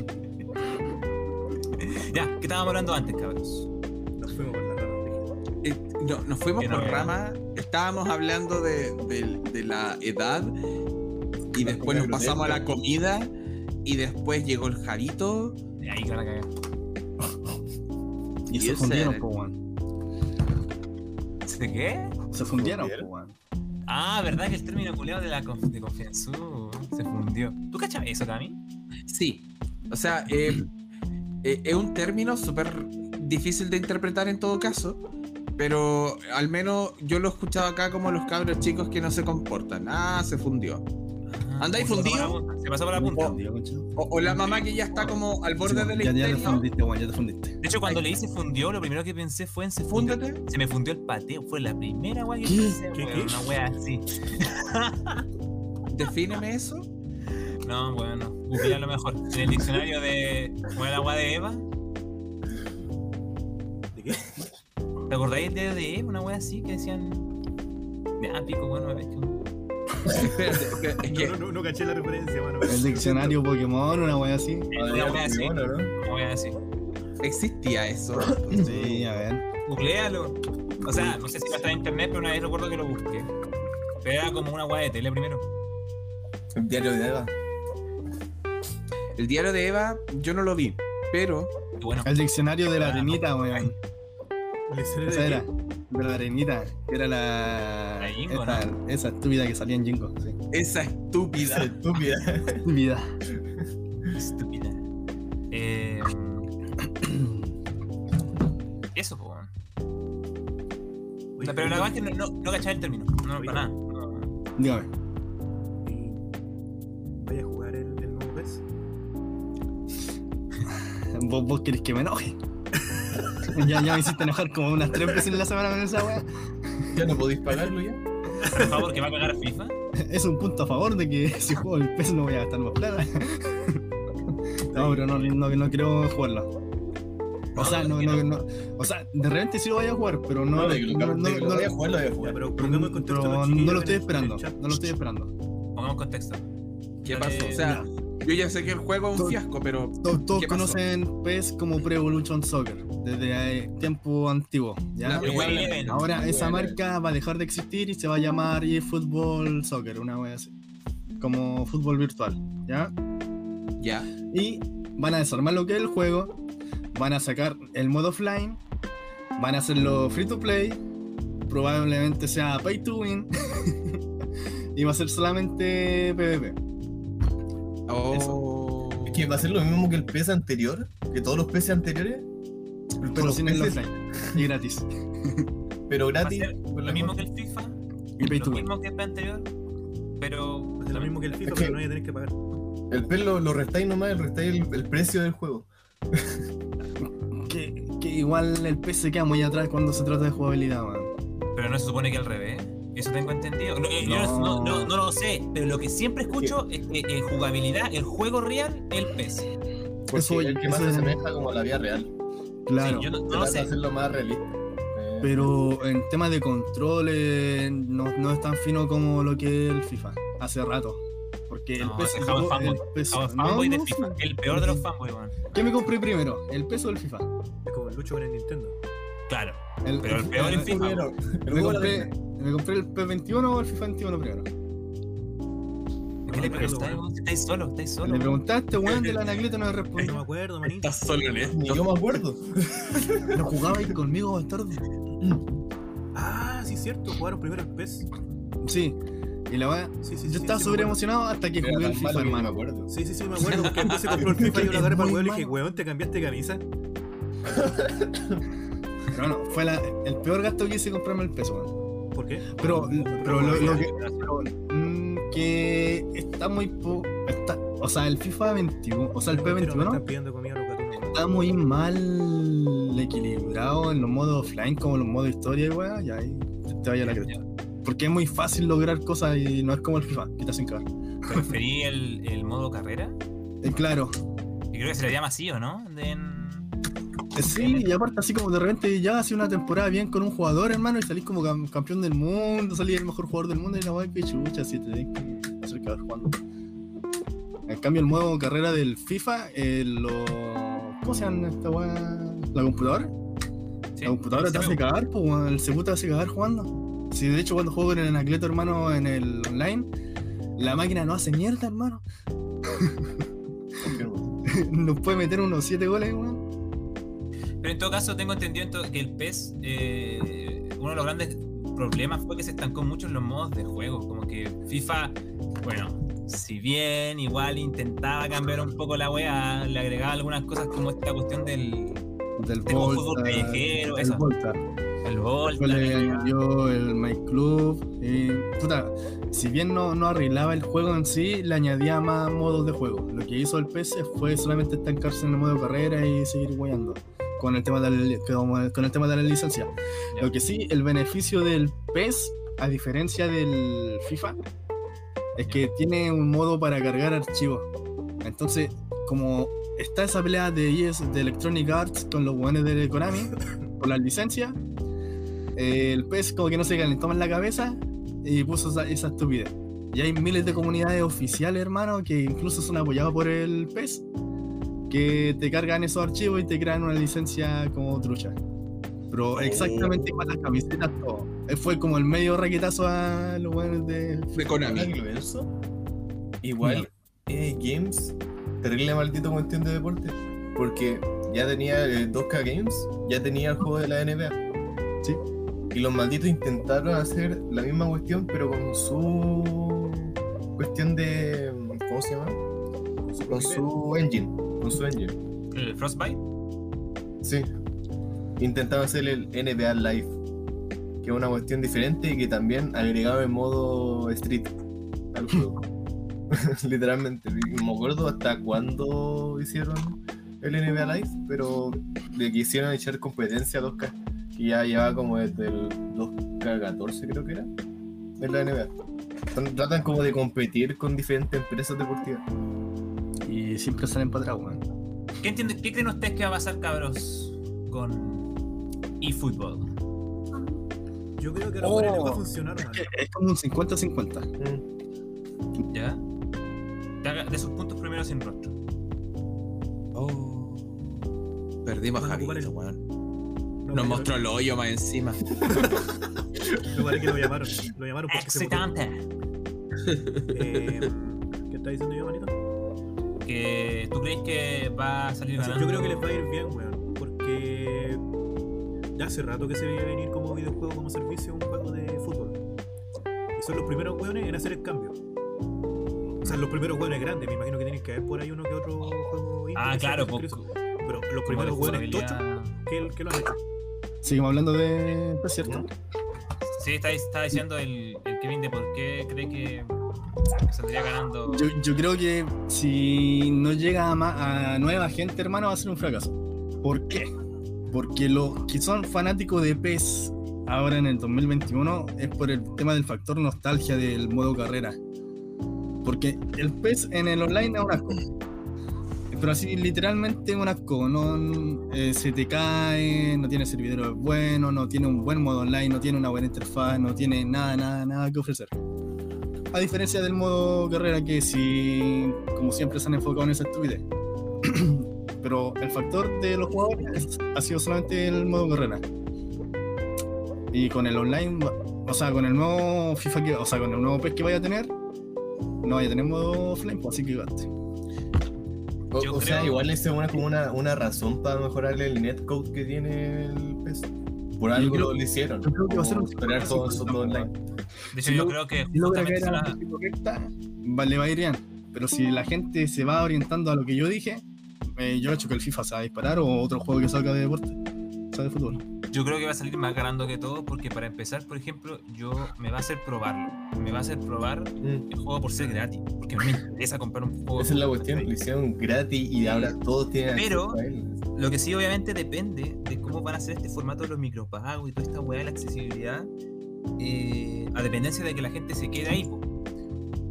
C: Ya, ¿qué estábamos hablando antes, cabros?
B: Nos fuimos por la rama.
E: eh, no, nos fuimos
C: Que no
E: por
C: era.
E: rama, estábamos hablando de, de- de la edad y
D: La
E: después
D: comida
E: nos pasamos a la
D: grotesca.
E: comida y después llegó el Javito.
C: De ahí que la cagada.
F: Y
E: Y
F: se
E: ese
F: fundieron,
E: era-
F: po, weón.
C: ¿De qué?
F: Se fundieron, po,
D: ¿Fundieron?
F: weón.
C: Ah, ¿verdad que el término culeado de la conf de confianza uh, se fundió? ¿Tú cachas eso, Cami?
E: Sí, o sea, eh, eh, es un término súper difícil de interpretar en todo caso, pero al menos yo lo he escuchado acá como los cabros chicos que no se comportan. Ah, se fundió. ¿Andáis
C: se Ah, pasó
E: fundido?
C: por la punta, Se pasó por la punta.
F: Fundido, concha.
E: O, o la mamá que ya está como al borde
F: Sí,
E: de la
F: ya, ya te
E: histeria.
F: fundiste, weón, ya te fundiste.
C: De hecho, cuando le hice fundió, lo primero que pensé fue en se fundió.
E: Fúndate.
C: Se me fundió el pateo, fue la primera wea que
F: ¿Qué?
C: pensé,
B: ¿Qué,
C: weón,
B: qué?
C: una wea así.
E: Defíneme eso.
C: No, bueno, googlear lo mejor. En el diccionario de. ¿Cómo era la wea de Eva?
B: ¿De qué?
C: ¿Te acordáis del dedo de Eva? Una wea así que decían. De ah, pico, bueno, me ves que.
E: Espérate, espérate, es que-
B: No, no, no caché la referencia, mano.
F: El diccionario Pokémon, una weá así.
C: Una wea así.
D: Bueno, ¿no?
C: Una wea así.
E: existía eso.
F: Sí, a ver.
C: Googlealo. O sea, no sé si va a estar en internet, pero una vez recuerdo que lo busqué. Pero era como una wea de tele primero.
D: El diario de Eva.
E: El diario de Eva, yo no lo vi, pero
C: Y bueno,
F: El diccionario de la
C: Ah,
F: arenita, weón.
B: El escenario
F: Esa
B: de-
F: era. De la arenita. Que era la.
C: La Jingo,
F: esta- Esa estúpida que salía en Jingo. Sí.
E: esa estúpida.
D: Esa estúpida.
F: Vida.
C: estúpida. Eh, eso, po. weón.
B: Oye,
C: pero la verdad es que no, no, no cachaba el término. No,
B: Oye.
C: para nada. No.
F: Dígame.
B: y- ¿Vaya a jugar el, el nuevo PES?
F: ¿Vos, vos querés que me enoje? ya, ya me hiciste enojar como unas tres veces en la semana con esa wea.
D: Ya no podéis pagarlo ya.
C: Por favor, que va a pagar FIFA.
F: Es un punto a favor de que si juego el peso no voy a gastar más plata. no, pero no, no, no quiero jugarlo. O sea, no, no, no, o sea, de repente sí lo voy a jugar, pero no,
D: No,
F: no,
D: de que lo-
F: no, no,
D: de que lo voy a jugar, lo voy a
B: Ya,
D: jugar.
B: pero pongamos en contexto a los
F: pero
B: chiquillos
F: no
B: en
F: lo estoy
B: el- en el
F: esperando,
B: chat.
F: no lo estoy esperando.
C: Pongamos contexto.
E: ¿Qué
C: Dale,
E: pasó? O sea, yo ya sé que el juego es un
F: Tú-
E: fiasco, pero
F: Todos, todos
E: ¿Qué pasó?
F: conocen PES como Pre Evolution Soccer, desde eh, tiempo antiguo. ¿ya?
E: La
C: El
E: Igual,
C: Wii Eleven.
F: Ahora esa
D: Bueno.
F: marca va a dejar de existir y se va a llamar eFootball Soccer, una wea así. Como fútbol virtual, ¿ya?
E: ya.
F: Y van a desarmar lo que es el juego, van a sacar el modo offline, van a hacerlo free to play, probablemente sea pay to win, y va a ser solamente PvP.
E: Oh.
D: Es que va a ser lo mismo que el PES anterior, que todos los PES anteriores,
F: Pero
D: los
F: sin el
D: peces.
F: offline. Y gratis.
D: pero
C: Va a
D: gratis.
C: ser
D: por la
C: Pues lo mismo
D: cosa.
C: que el FIFA.
F: Y pay
C: Lo
F: to win.
C: mismo que el anterior. Pero.
B: Va a ser lo mismo que el FIFA,
D: Es que-
B: pero no voy a tener que pagar.
D: El PES lo, lo restáis nomás, el restáis el, el precio del juego.
F: Que, que igual el PC queda muy atrás cuando se trata de jugabilidad, man.
C: Pero no se supone que al revés. Eso tengo entendido. No, eh, yo no- no-
F: No.
C: no- no lo sé, pero lo que siempre escucho es que en jugabilidad, el juego real, el PES.
D: Porque
F: Eso-
D: el que más
F: eso
D: se
F: es-
D: asemeja como a la vida real.
F: Claro.
C: Sí, yo no, no lo
D: Trata de
C: sé.
D: hacerlo más realista. Eh,
F: Pero en tema de controles no, no es tan fino como lo que es el FIFA hace rato. Porque el
C: No,
F: peso.
C: ese es Java fanboy.
F: peso-
C: Vamos,
F: no,
C: fanboy de
F: no,
C: FIFA.
F: sí.
C: El peor de los fanboy, weón.
F: ¿Qué me compré primero? ¿El peso o el FIFA?
B: Es como el lucho con el Nintendo.
C: Claro.
F: El-
C: Pero el peor es
D: el
C: FIFA.
D: primero,
F: Me
D: luego la-
F: compré, me compré el P21 o el FIFA 21 primero.
C: ¿Por ¿Qué le preguntáis, weón? Estáis solo, estáis solo.
F: Le preguntaste, weón, de la anacleta no me
B: No me
F: respondió.
B: acuerdo, manito.
E: solo en esto.
D: Ni yo me acuerdo.
F: ¿No jugaba ahí conmigo, bastardo?
B: Ah, sí, cierto. Jugaron primero el PES.
F: Sí. Y la verdad,
B: Sí, sí, sí.
F: yo
B: sí,
F: estaba
B: sí, me
F: sobre
B: acuerdo.
F: emocionado hasta que
D: Era
F: jugué el
D: tan malo
F: FIFA,
D: que no me
F: hermano.
D: acuerdo.
B: Sí, sí, sí, me acuerdo. Porque antes se compró el FIFA y yo lo agarré para el juego y le dije, weón, te cambiaste de camisa.
F: Pero no, fue la- el peor gasto que hice comprarme el peso, weón.
B: ¿Por qué?
F: Pero, pero lo, lo que, pero, mm, que está muy po- está, o sea, el FIFA 21, o sea, el
B: Me están
F: P21
B: pidiendo comida los gatunos. weón.
F: está muy mal equilibrado en los modos offline como los modos historia y weá, y ahí te- te vaya la cresta. Porque es muy fácil lograr cosas y no es como el FIFA, que te hacen cagar.
C: Preferí el, el modo carrera.
F: Eh, claro,
C: Y creo que se le llama así, ¿o no? De en-
F: eh, sí, y aparte así como de repente ya hace una temporada bien con un jugador, hermano, y salís como cam- campeón del mundo, salís el mejor jugador del mundo y la weá que chucha, así te tenés que hacer cagar jugando. En cambio, el modo carrera del FIFA, eh, lo... ¿cómo se llama esta weá? ¿La computadora?
C: sí,
F: La computadora te
C: se
F: hace
C: ve.
F: cagar, pues weón, el CPU te hace cagar jugando. Si de hecho cuando juego en el anacleto, hermano, en el online, la máquina no hace mierda, hermano.
D: Confirmo.
F: Nos puede meter unos 7 goles, weón.
C: Pero en todo caso, tengo entendido ento- que el PES, eh, uno de los grandes problemas fue que se estancó mucho en los modos de juego. Como que FIFA, bueno, si bien igual intentaba cambiar un poco la wea, le agregaba algunas cosas como esta cuestión del
F: Del
C: Tengo
F: Volta,
C: fútbol callejero,
F: el
C: eso.
F: Volta.
C: el Volta,
F: Después le
C: le agregaba-
F: añadió el My Club. eh, puta, si bien no, no arreglaba el juego en sí, le añadía más modos de juego. Lo que hizo el PS fue solamente estancarse en el modo carrera y seguir guayando con el tema de la, con- con el tema de la licencia.
C: Ya.
F: Lo que sí, el beneficio del PES, a diferencia del FIFA, es que tiene un modo para cargar archivos. Entonces, como está esa pelea de ES, de Electronic Arts con los guanes de Konami por la licencia, eh, el PES como que no se calentó más la cabeza y puso esa, esa estupidez. Y hay miles de comunidades oficiales, hermano, que incluso son apoyados por el PES, que te cargan esos archivos y te crean una licencia como trucha. Pero exactamente con las camisetas, todo. Eh, Fue como el medio raquetazo a los buenos de.
E: De Konami.
D: Ahora que lo pienso, Igual, eh, Games, terrible maldito como entiende deporte. Porque ya tenía eh, 2K Games, ya tenía el juego de la NBA.
F: Sí.
D: Y los malditos intentaron hacer la misma cuestión, pero con su cuestión de. ¿Cómo se llama? Con su engine. Con su engine.
C: el Frostbite.
D: Sí. Intentaron hacer el NBA Live. que es una cuestión diferente y que también agregaba en modo street al juego. Literalmente, y no me acuerdo hasta cuándo hicieron el NBA Live, pero le quisieron echar competencia a 2K, que ya llevaba como desde el 2K14 creo que era, en la NBA. Son- Tratan como de competir con diferentes empresas deportivas.
F: Y siempre salen para atrás, weón.
C: ¿Qué, entiende- qué creen ustedes que va a pasar, cabros, con eFootball?
B: Yo creo que ahora por
F: Oh.
B: va a funcionar, man.
F: Es como un 50-50.
D: Mm.
C: ¿Ya? De, haga- de sus puntos primero sin rostro.
E: Oh. Perdimos a
B: Bueno,
E: Javi,
B: ocupar el-
E: weón.
B: No,
E: Nos
B: no,
E: mostró el hoyo más encima.
B: No parece que lo llamaron. Lo llamaron
C: Ah,
B: porque se murió.
C: Excitante.
B: Eh, ¿Qué está diciendo yo, manito?
C: Que tú crees que va a salir
B: Así,
C: ganando.
B: yo creo que les va a ir bien, weón. Porque ya hace rato que se veía venir como videojuego, como servicio, un juego de fútbol. Y son los primeros weones en hacer el cambio. O sea, los primeros weones grandes, me imagino que tienen que haber por ahí uno que otro juego. indie
C: Ah,
B: que sea
C: claro,
B: más
C: po-
B: curioso. Pero los
C: como de
B: primeros weones tochos
C: jugabilidad.
B: que, que lo han hecho.
F: Seguimos hablando de desierto.
C: Sí, está, está diciendo el, el Kevin de por qué cree que saldría ganando.
F: Yo, yo creo que si no llega a, ma- a nueva gente, hermano, va a ser un fracaso. ¿Por qué? Porque los que son fanáticos de PES ahora en el 2021 es por el tema del factor nostalgia del modo carrera. Porque el PES en el online es un asco. Pero así literalmente es un asco. No, eh, se te cae, no tiene servidores buenos, no tiene un buen modo online, no tiene una buena interfaz, no tiene nada, nada, nada que ofrecer. A diferencia del modo carrera que si, como siempre, se han enfocado en esa estupidez. Pero el factor de los jugadores ha sido solamente el modo carrera. Y con el online, o sea, con el nuevo FIFA que, o sea, con el nuevo PES que vaya a tener, no vaya a tener modo offline, pues así que gaste.
D: O,
C: Yo
D: o sea,
C: creo-
D: igual es una, como una, una razón para mejorar el netcode que tiene el PES. Por
F: Yo
D: algo
F: creo-
D: lo hicieron.
F: yo creo que va a ser un
D: como superar todo eso
F: 50-50,
D: todo online.
C: De hecho,
F: si
C: yo
F: lo-
C: creo que
F: Si logra
C: justamente
F: caer a
C: se
F: la
C: la-
F: gente correcta, vale, va a ir bien. Pero si la gente se va orientando a lo que yo dije, eh, yo hecho que el FIFA se va a disparar o otro juego que salga de deporte, o sea, de fútbol.
C: Yo creo que va a salir más ganando que todo porque para empezar, por ejemplo, yo me va a hacer probarlo. Me va a hacer probar
D: Mm.
C: el juego por ser gratis. Porque no me interesa comprar un juego.
D: Esa es la cuestión, lo hicieron gratis y ahora todos tienen
C: Pero-
D: acceso a él.
C: Lo que sí, obviamente, depende de cómo van a ser este formato de los micropagos y toda esta weá de la accesibilidad, eh, a dependencia de que la gente se quede ahí. po.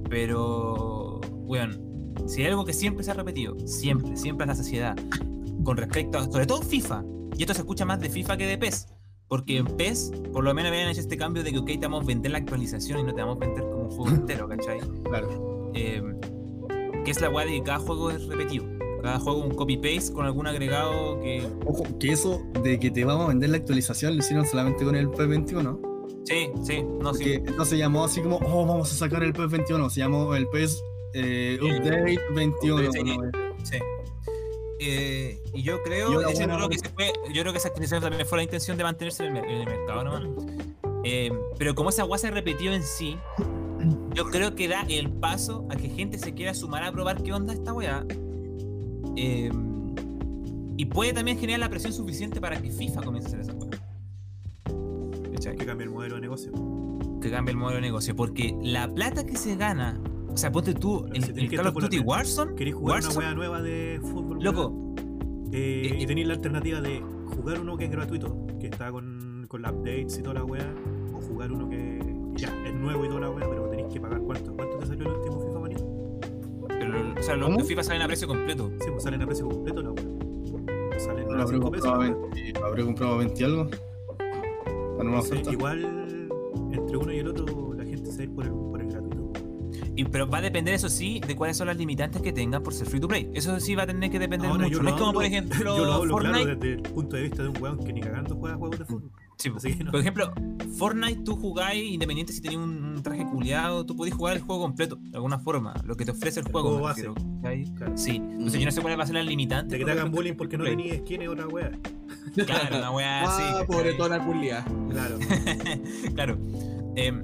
C: Pero, weón, si hay algo que siempre se ha repetido, siempre, siempre a la saciedad, con respecto a, sobre todo FIFA, y esto se escucha más de FIFA que de PES, porque en PES, por lo menos habían hecho este cambio de que, ok, te vamos a vender la actualización y no te vamos a vender como un juego entero, ¿cachai?
F: Claro.
C: eh, que es la weá de que cada juego es repetido. Cada juego un copy-paste con algún agregado que...
F: Ojo, que eso de que te vamos a vender la actualización lo hicieron solamente con el PES 21.
C: Sí, sí, no,
F: Porque
C: sí.
F: no se llamó así como, oh, vamos a sacar el PES 21. Se llamó el PES eh, Update 21.
C: sí.
F: ¿no?
C: sí. Eh, y yo creo,
F: Y una
C: eso yo
F: buena
C: creo que se fue- yo creo que esa actualización también fue la intención de mantenerse en el, mer- en el mercado, ¿no? Eh, pero como esa weá se repetió en sí, yo creo que da el paso a que gente se quiera sumar a probar qué onda esta weá. Eh, y puede también generar la presión suficiente para que FIFA comience a hacer esa weá. ¿Cachai?
B: Que cambia el modelo de negocio.
C: que cambie el modelo de negocio. Porque la plata que se gana, o sea, ponte tú,
B: Pero
C: el,
B: si tenés
C: el
B: que
C: Call of Duty
B: extrapolar-
C: Warzone,
B: ¿Queréis jugar una
C: Warzone.
B: wea nueva de fútbol? weón?
C: loco,
B: Eh,
C: Eh,
B: y tenéis la alternativa de jugar uno que es gratuito, que está con, con las updates y toda la wea, o jugar uno que ya es nuevo y toda la wea, pero tenéis que pagar cuánto. ¿Cuánto te salió el último FIFA manito?
C: pero, o sea, los
F: ¿Cómo?
C: de FIFA salen a precio completo.
B: Sí, pues salen a precio completo la wea. Salen
F: Lo
B: a
F: habré
B: 5 pesos.
F: comprado
B: la
F: a
B: wea.
F: 20, lo habré comprado a 20 algo. Para no me
B: Entonces,
F: oferta.
B: igual entre uno y el otro la gente se va a ir por el, por el gratuito.
C: Y, pero va a depender, eso sí, de cuáles son las limitantes que tengan por ser free to play. Eso sí va a tener que depender
B: Ahora,
C: mucho.
B: lo
C: No es como,
B: hablo-
C: por ejemplo,
B: yo lo hablo
C: Fortnite.
B: claro desde el punto de vista de un weón que ni cagando juega juegos de fútbol.
C: Sí, po.
B: Así que no.
C: Por ejemplo, Fortnite tú jugáis independiente si tenías un, un traje culiado, tú podés jugar el juego completo, de alguna forma, lo que te ofrece el juego.
B: juego
C: me
B: base.
C: refiero, ¿cachai?
B: Claro.
C: Sí, entonces yo no sé cuál va a ser la limitante.
B: De que te
C: con
B: hagan
C: respecto al
B: bullying porque no
C: free to
B: tenías skin es otra wea.
C: play. Claro, una wea así.
E: ah,
C: ¿cachai?
E: pobre Tona Culia.
B: Claro.
C: Claro. Em,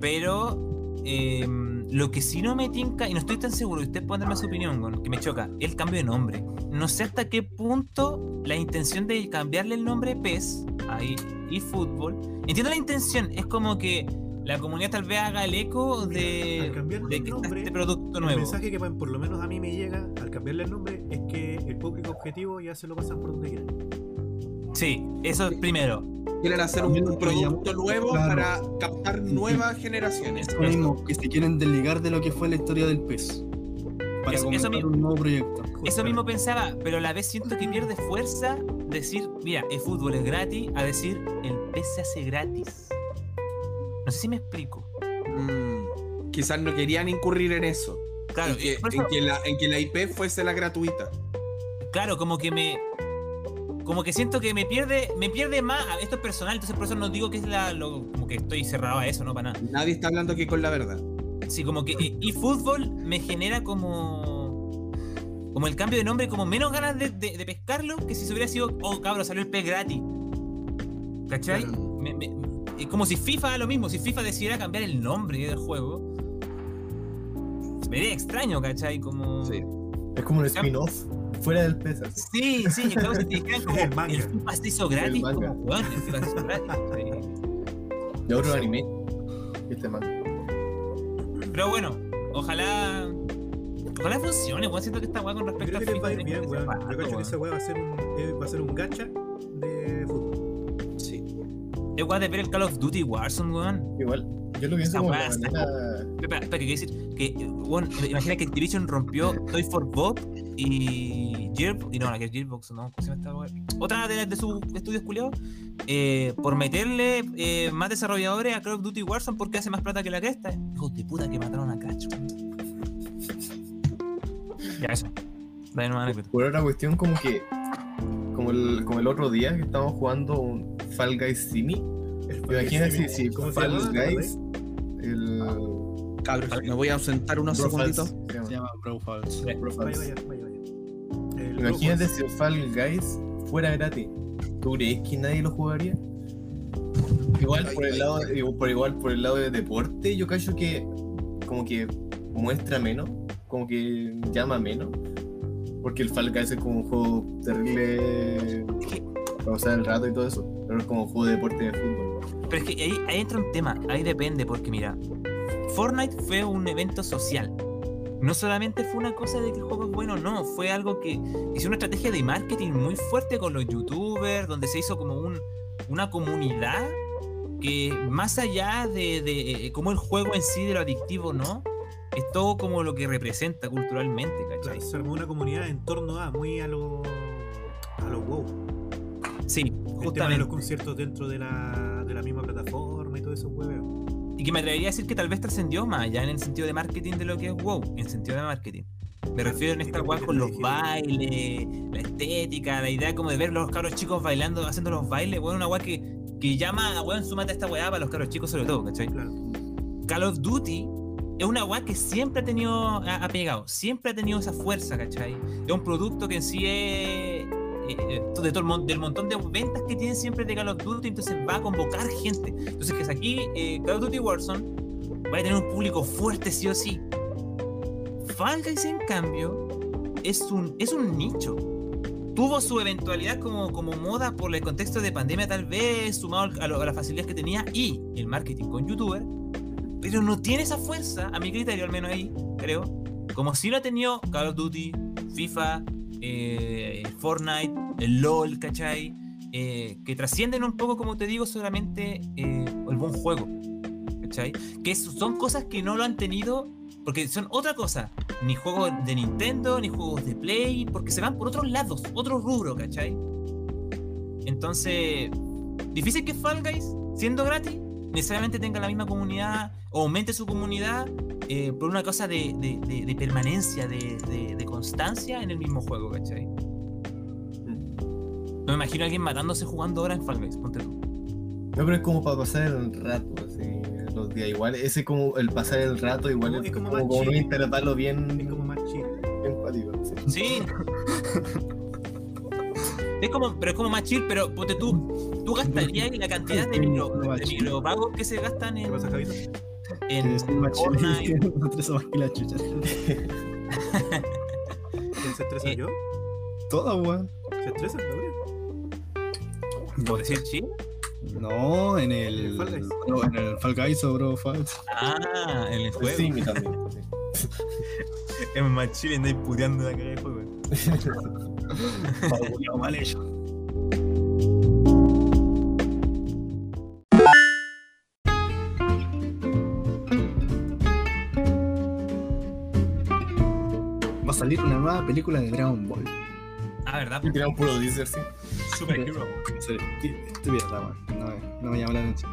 C: pero em, lo que sí no me tinca, y no estoy tan seguro, y ustedes pueden darme su opinión, weón, que me choca, el cambio de nombre. No sé hasta qué punto la intención de cambiarle el nombre PES, ahí y fútbol. Entiendo la intención, es como que la comunidad tal vez haga el eco
B: al
C: de,
B: cambiar
C: de
B: el
C: que está
B: nombre,
C: este producto
B: El
C: nuevo.
B: mensaje que pa- por lo menos a mí me llega al cambiarle el nombre es que el público objetivo ya se lo pasan por donde quieran.
C: Sí, eso es primero.
E: Quieren hacer un,
F: También lo que
E: producto
F: llamó-
E: nuevo
F: claro.
E: para captar nuevas generaciones.
F: Lo mismo, que se quieren desligar de lo que fue la historia del pez.
C: Eso-
F: Para
C: eso
F: comenzar
C: mismo.
F: un nuevo proyecto.
C: Eso mismo pensaba, pero a la vez siento que pierde fuerza decir, mira, el fútbol es gratis, a decir, el pez se hace gratis. No sé si me explico.
E: Mm, quizás no querían incurrir en eso.
C: Claro,
E: en, que,
C: por eso-
E: en que la, en que la IP fuese la gratuita.
C: Claro, como que me. Como que siento que me pierde. Me pierde más. Esto es personal, entonces por eso no digo que es la. lo- como que estoy cerrado a eso, no para nada.
E: Nadie está hablando aquí con la verdad.
C: Sí, como que. eh, Y fútbol me genera como. Como el cambio de nombre, como menos ganas de, de- de pescarlo que si se hubiera sido. Oh, cabrón, salió el pez gratis. ¿Cachai?
E: Claro.
C: Me- me- es como si FIFA lo mismo. Si FIFA decidiera cambiar el nombre del juego. Se me haría extraño, ¿cachai? Como.
E: Sí.
D: Es como un spin-off fuera del pez. así.
C: Sí, sí, y claro, si te dijeran como
B: El manga.
C: el FIFA se hizo gratis,
D: El manga.
C: como weón, el FIFA se hizo gratis. sí.
D: De otro anime. Este manga.
C: Pero bueno, ojalá. Ojalá funcione, weón. Siento que esta weá con
B: Yo
C: respecto
B: creo
C: a
B: que les va a ir
C: tiene
B: bien,
C: que
B: weón.
C: ser
B: Yo
C: barato,
B: cacho que
C: weón.
B: esa weá va a ser un, eh, va a ser un gacha de fútbol.
E: Sí.
C: Es weá de ver el Call of Duty Warzone, weón.
D: Igual, yo lo
C: Esa
D: pienso como
C: weá
D: la
C: está
D: manera.
C: Espera, espera, que quiero decir que, eh, weón, imagina que Activision rompió Toy for Bob y Gearbox. Y no, la que es Gearbox, ¿no? ¿Cómo se llama esta weá? Otra de, las de sus estudios culiados. eh, por meterle eh, más desarrolladores a Call of Duty Warzone porque hace más plata que la cresta. Hijos de puta que mataron a Cacho. Ya, eso. Dale nomás anécdota.
D: Por otra cuestión, como que. Como el, como el otro día que estábamos jugando un Fall Guys Simi.
B: El
D: Imagínate
B: Fantasy,
D: si
B: ¿cómo se
D: Fall
B: llama?
D: Guys. El.
E: Cabros, me voy a ausentar unos
D: Bro Falls,
E: segunditos.
D: se llama,
F: Se llama Bro Falls.
D: Bro Falls.
B: Vaya, vaya, vaya, vaya. El
D: Imagínate
B: Roblox.
D: si Fall Guys fuera gratis. ¿Tú crees que nadie lo jugaría? Igual por el lado, igu- por igual por el lado de deporte, yo creo que como que muestra menos, como que llama menos. Porque el Fall Guys es como un juego terrible para pasar el rato y todo eso. Pero es como un juego de deporte de fútbol.
C: Pero es que ahí, ahí entra un tema, ahí depende, porque mira, Fortnite fue un evento social. No solamente fue una cosa de que el juego es bueno, no, fue algo que hizo una estrategia de marketing muy fuerte con los youtubers, donde se hizo como un, una comunidad que más allá de, de, eh, cómo el juego en sí de lo adictivo, ¿no? Es todo como lo que representa culturalmente, ¿cachai?
B: Claro, se armó una comunidad en torno a, muy a los a los wow.
C: Sí,
B: El tema de los
C: justamente.
B: conciertos dentro de la, de la misma plataforma y todo eso, weón.
C: Y que me atrevería a decir que tal vez trascendió más allá en el sentido de marketing de lo que es WoW, en el sentido de marketing. Me refiero en esta
B: Marketing,
C: guay con los
B: marketing.
C: bailes, la estética, la idea como de ver los cabros chicos bailando, haciendo los bailes, weón, una guay que, que llama a weón, súmate a esta weá para los cabros chicos sobre todo, ¿cachai?
B: Claro.
C: Call of Duty es una weá que siempre ha tenido ha, ha pegado, siempre ha tenido esa fuerza, ¿cachai? Es un producto que en sí es eh, eh, de todo el mon- del montón de ventas que tienen siempre de Call of Duty, entonces va a convocar gente. Entonces que es aquí eh, Call of Duty Warzone va a tener un público fuerte sí o sí. Fall Guys, en cambio, es un, es un nicho. Tuvo su eventualidad como, como moda por el contexto de pandemia, tal vez, sumado al- a, lo- a las facilidades que tenía y el marketing con youtuber, pero no tiene esa fuerza, a mi criterio, al menos ahí, creo, como si lo ha tenido Call of Duty, FIFA, eh, Fortnite, el LOL, ¿cachai? Eh, que trascienden un poco, como te digo, solamente eh, el buen juego, ¿cachai? Que es- son cosas que no lo han tenido, porque son otra cosa, ni juegos de Nintendo, ni juegos de Play, porque se van por otros lados, otro rubro, ¿cachai? Entonces, difícil que Fall Guys, siendo gratis, necesariamente tenga la misma comunidad o aumente su comunidad eh, por una cosa de, de- de- de permanencia, de, de- de constancia en el mismo juego, ¿cachai? No me imagino a alguien matándose jugando ahora en Fall Guys, ponte tú.
D: No, pero es como para pasar el rato, así, los días igual. Ese como el pasar el rato igual
B: Como-
D: es
B: es como
D: como,
B: más
D: como un
B: chill.
D: intervalo
B: Es como
D: bien
B: más chill.
D: empático. sí.
C: Sí. es como, pero es como más chill, pero ponte tú, tú gastarías la cantidad de, micro, de micropagos que se gastan
B: ¿Qué
C: en,
B: pasa, Javito?
C: en
F: Es más
C: Fortnite.
F: chile. No te sabes que la chucha.
B: ¿Quién se estresa
C: Eh.
B: yo?
F: Toda, weón.
B: ¿Se estresa? ¿No, weón?
C: ¿Puedo decir chill?
F: No, en el.
B: ¿En el Fall Guys?
F: no, en el Fall Guys sobró Falls.
C: Ah, en el juego.
D: Sí, también. sí.
C: Es más chile, andáis puteando la cara de juego.
F: mal hecho. Va a salir una nueva película de Dragon Ball.
C: Ah, ¿verdad?
D: Y tiraron puro teaser, sí.
C: Superhero.
F: En serio, qué Estupidez, weón. No, me- no me llama la atención.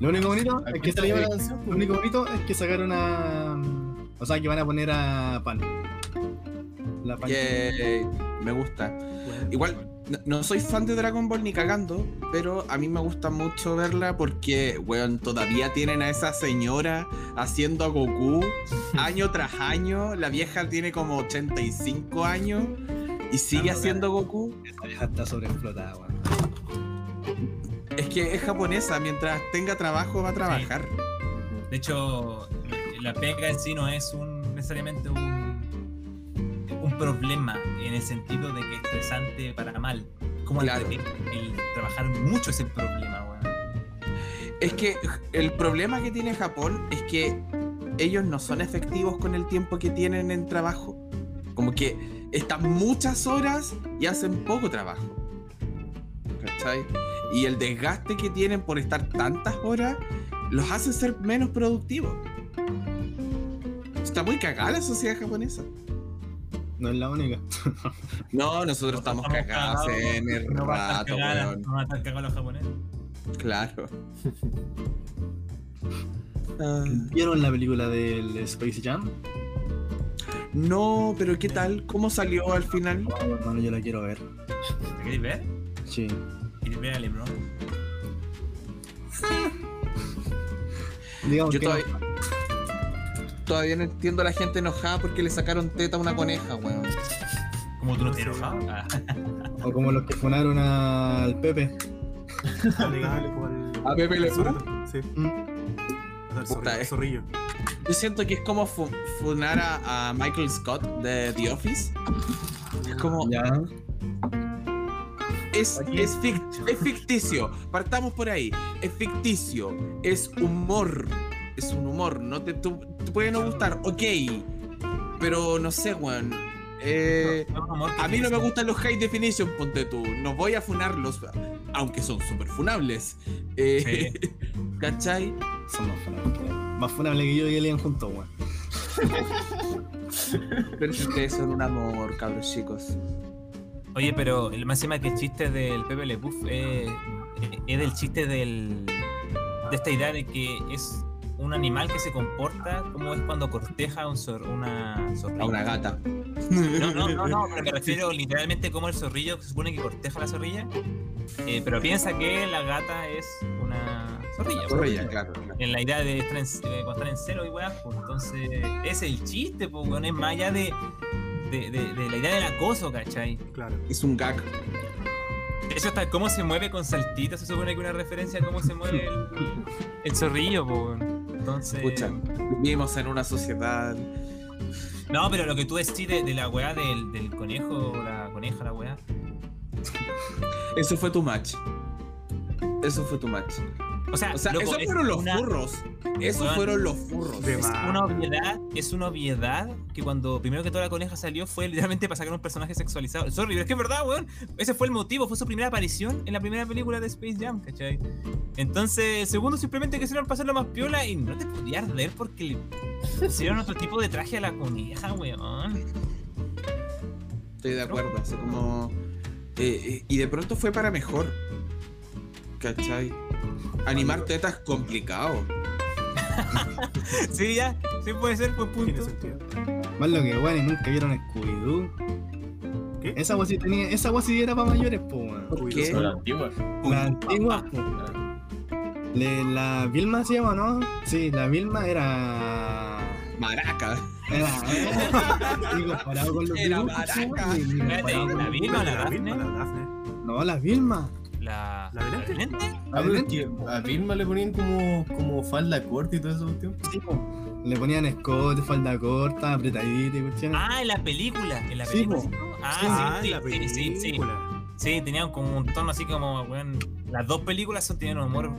F: Lo único bonito es que
D: Aquí salió la
F: sacaron-
D: canción,
F: lo único bonito es que sacaron a. mm, O sea que van a poner a Pan. La Pan.
E: Yay, eh, me gusta. Igual, no, no soy fan de Dragon Ball ni cagando, pero a mí me gusta mucho verla porque, weón, todavía tienen a esa señora haciendo a Goku año tras año. La vieja tiene como 85 años y sigue
B: Dando
E: haciendo Goku.
F: Esa vieja está sobreexplotada, weón.
E: Es que es japonesa, mientras tenga trabajo va a trabajar.
C: De hecho, la pega en sí no es un, necesariamente un, un problema en el sentido de que es estresante para mal. Como al
E: Claro.
C: revés, el trabajar mucho es el problema, weón.
E: Es que el problema que tiene Japón es que ellos no son efectivos con el tiempo que tienen en trabajo. Como que están muchas horas y hacen poco trabajo. ¿Cachai? Y el desgaste que tienen por estar tantas horas los hace ser menos productivos. Está muy cagada la sociedad japonesa.
F: No es la única.
E: No, nosotros estamos cagados en el
C: No va a estar
E: rato,
C: cagada,
E: weón.
C: no va a estar cagados los japoneses.
E: Claro. Ah.
F: ¿Vieron la película del Space Jam?
E: No, pero ¿qué tal? ¿Cómo salió al final?
F: No, hermano, yo la quiero ver.
C: ¿Te queréis ver?
F: Sí.
C: ¿Queréis ver a LeBron?
F: Digamos
E: Yo
F: que
E: todavía, todavía no entiendo a la gente enojada porque le sacaron teta a una coneja, weón.
C: Como tú no te enojado. Ah,
F: no. O como los que funaron al Pepe.
B: Dale, dale, cual-
E: A Pepe Le Pew.
B: Zorrito, Sí.
F: Mm.
B: O sea, el zorrillo,
E: Puta, eh.
B: el zorrillo.
E: Yo siento que es como fu- funar a, a Michael Scott de The Office. Es como.
F: Ya.
E: Es, es, fic- es ficticio. Partamos por ahí. Es ficticio. Es humor. Es un humor. No te, tú- te puede no gustar. Ok. Pero no sé, weón. Eh.
C: no, amor,
E: A mí no me gustan los high definition, ponte tú. No voy a funarlos, aunque son súper funables. Eh, ¿Cachai?
F: Son más funables que Más funables que yo y Elian juntos, weón.
E: Pero ustedes son un amor, cabros chicos.
C: Oye, pero el más encima que el chiste del Pepe Le Puff es, es del chiste del, de esta idea de que es un animal que se comporta como es cuando corteja a un zor- una zorrilla.
E: A una gata.
C: No, no, no, no, pero me refiero literalmente como el zorrillo que se supone que corteja a la zorrilla, eh, pero piensa que la gata es una zorrilla. pues.
E: Corre ya, claro. claro.
C: en la idea de estar en, de cuando están en cero y weá, pues, entonces ese es el chiste, pues weón, es más allá de, de, de- de la idea del acoso, ¿cachai?
B: Claro.
E: Es un gag.
C: De hecho, hasta cómo se mueve con saltitos se supone que una referencia a cómo se mueve el, el zorrillo, pues weón. Entonces.
E: Escucha, vivimos en una sociedad.
C: No, pero lo que tú decís de, de la weá del, del conejo, la coneja, la weá.
E: Eso fue tu match. Eso fue tu match.
C: O sea,
E: O sea,
C: loco,
E: esos
C: es
E: fueron los
C: una-
E: furros. Esos
C: Weón.
E: fueron los furros.
B: De
C: Es
B: más.
C: una obviedad, es una obviedad que cuando primero que toda la coneja salió fue literalmente para sacar un personaje sexualizado. Sorry, pero es que es verdad, weón. Ese fue el motivo, fue su primera aparición en la primera película de Space Jam, ¿cachai? Entonces, segundo, simplemente quisieron pasarlo más piola y no te podía arder porque le pusieron otro tipo de traje a la coneja, weón.
E: Estoy de acuerdo, así como... eh, eh, y de pronto fue para mejor. ¿Cachai? Animar tetas es complicado.
C: Sí, ya, sí puede ser, pues
B: Tiene
C: punto.
B: sentido.
F: Más lo que weón, y nunca vieron Scooby-Doo.
B: ¿Qué?
F: Esa weón sí tenía. Esa weón sí era para mayores, po, weón.
E: ¿Por
B: Uy,
E: qué?
D: Son las antiguas.
F: La antigua, po.
D: Ah,
F: Le- la Vilma se llama, ¿no? Sí, la Vilma era.
E: Maraca.
F: Era. y comparado con los
E: Era
F: dibujos,
E: baraca.
F: güey, y
C: Espérate,
F: comparado con-
C: ¿la Vilma o la
B: La Vilma,
C: Daphne?
B: la Daphne.
F: No, la Vilma.
C: La,
B: ¿La delante?
C: delante?
D: Ah, pero es que a Vilma le ponían como, como falda corta y todo eso, tío.
F: Sí, po. Le ponían escote, falda corta, apretadita y cuestiones.
C: Ah, en la película. En la
F: Sí,
C: película.
F: po.
C: Ah,
B: en
C: sí,
B: la
C: sí, sí, sí, sí.
B: película.
C: Sí, tenían como un tono así como, weón, Las dos películas son, tienen un humor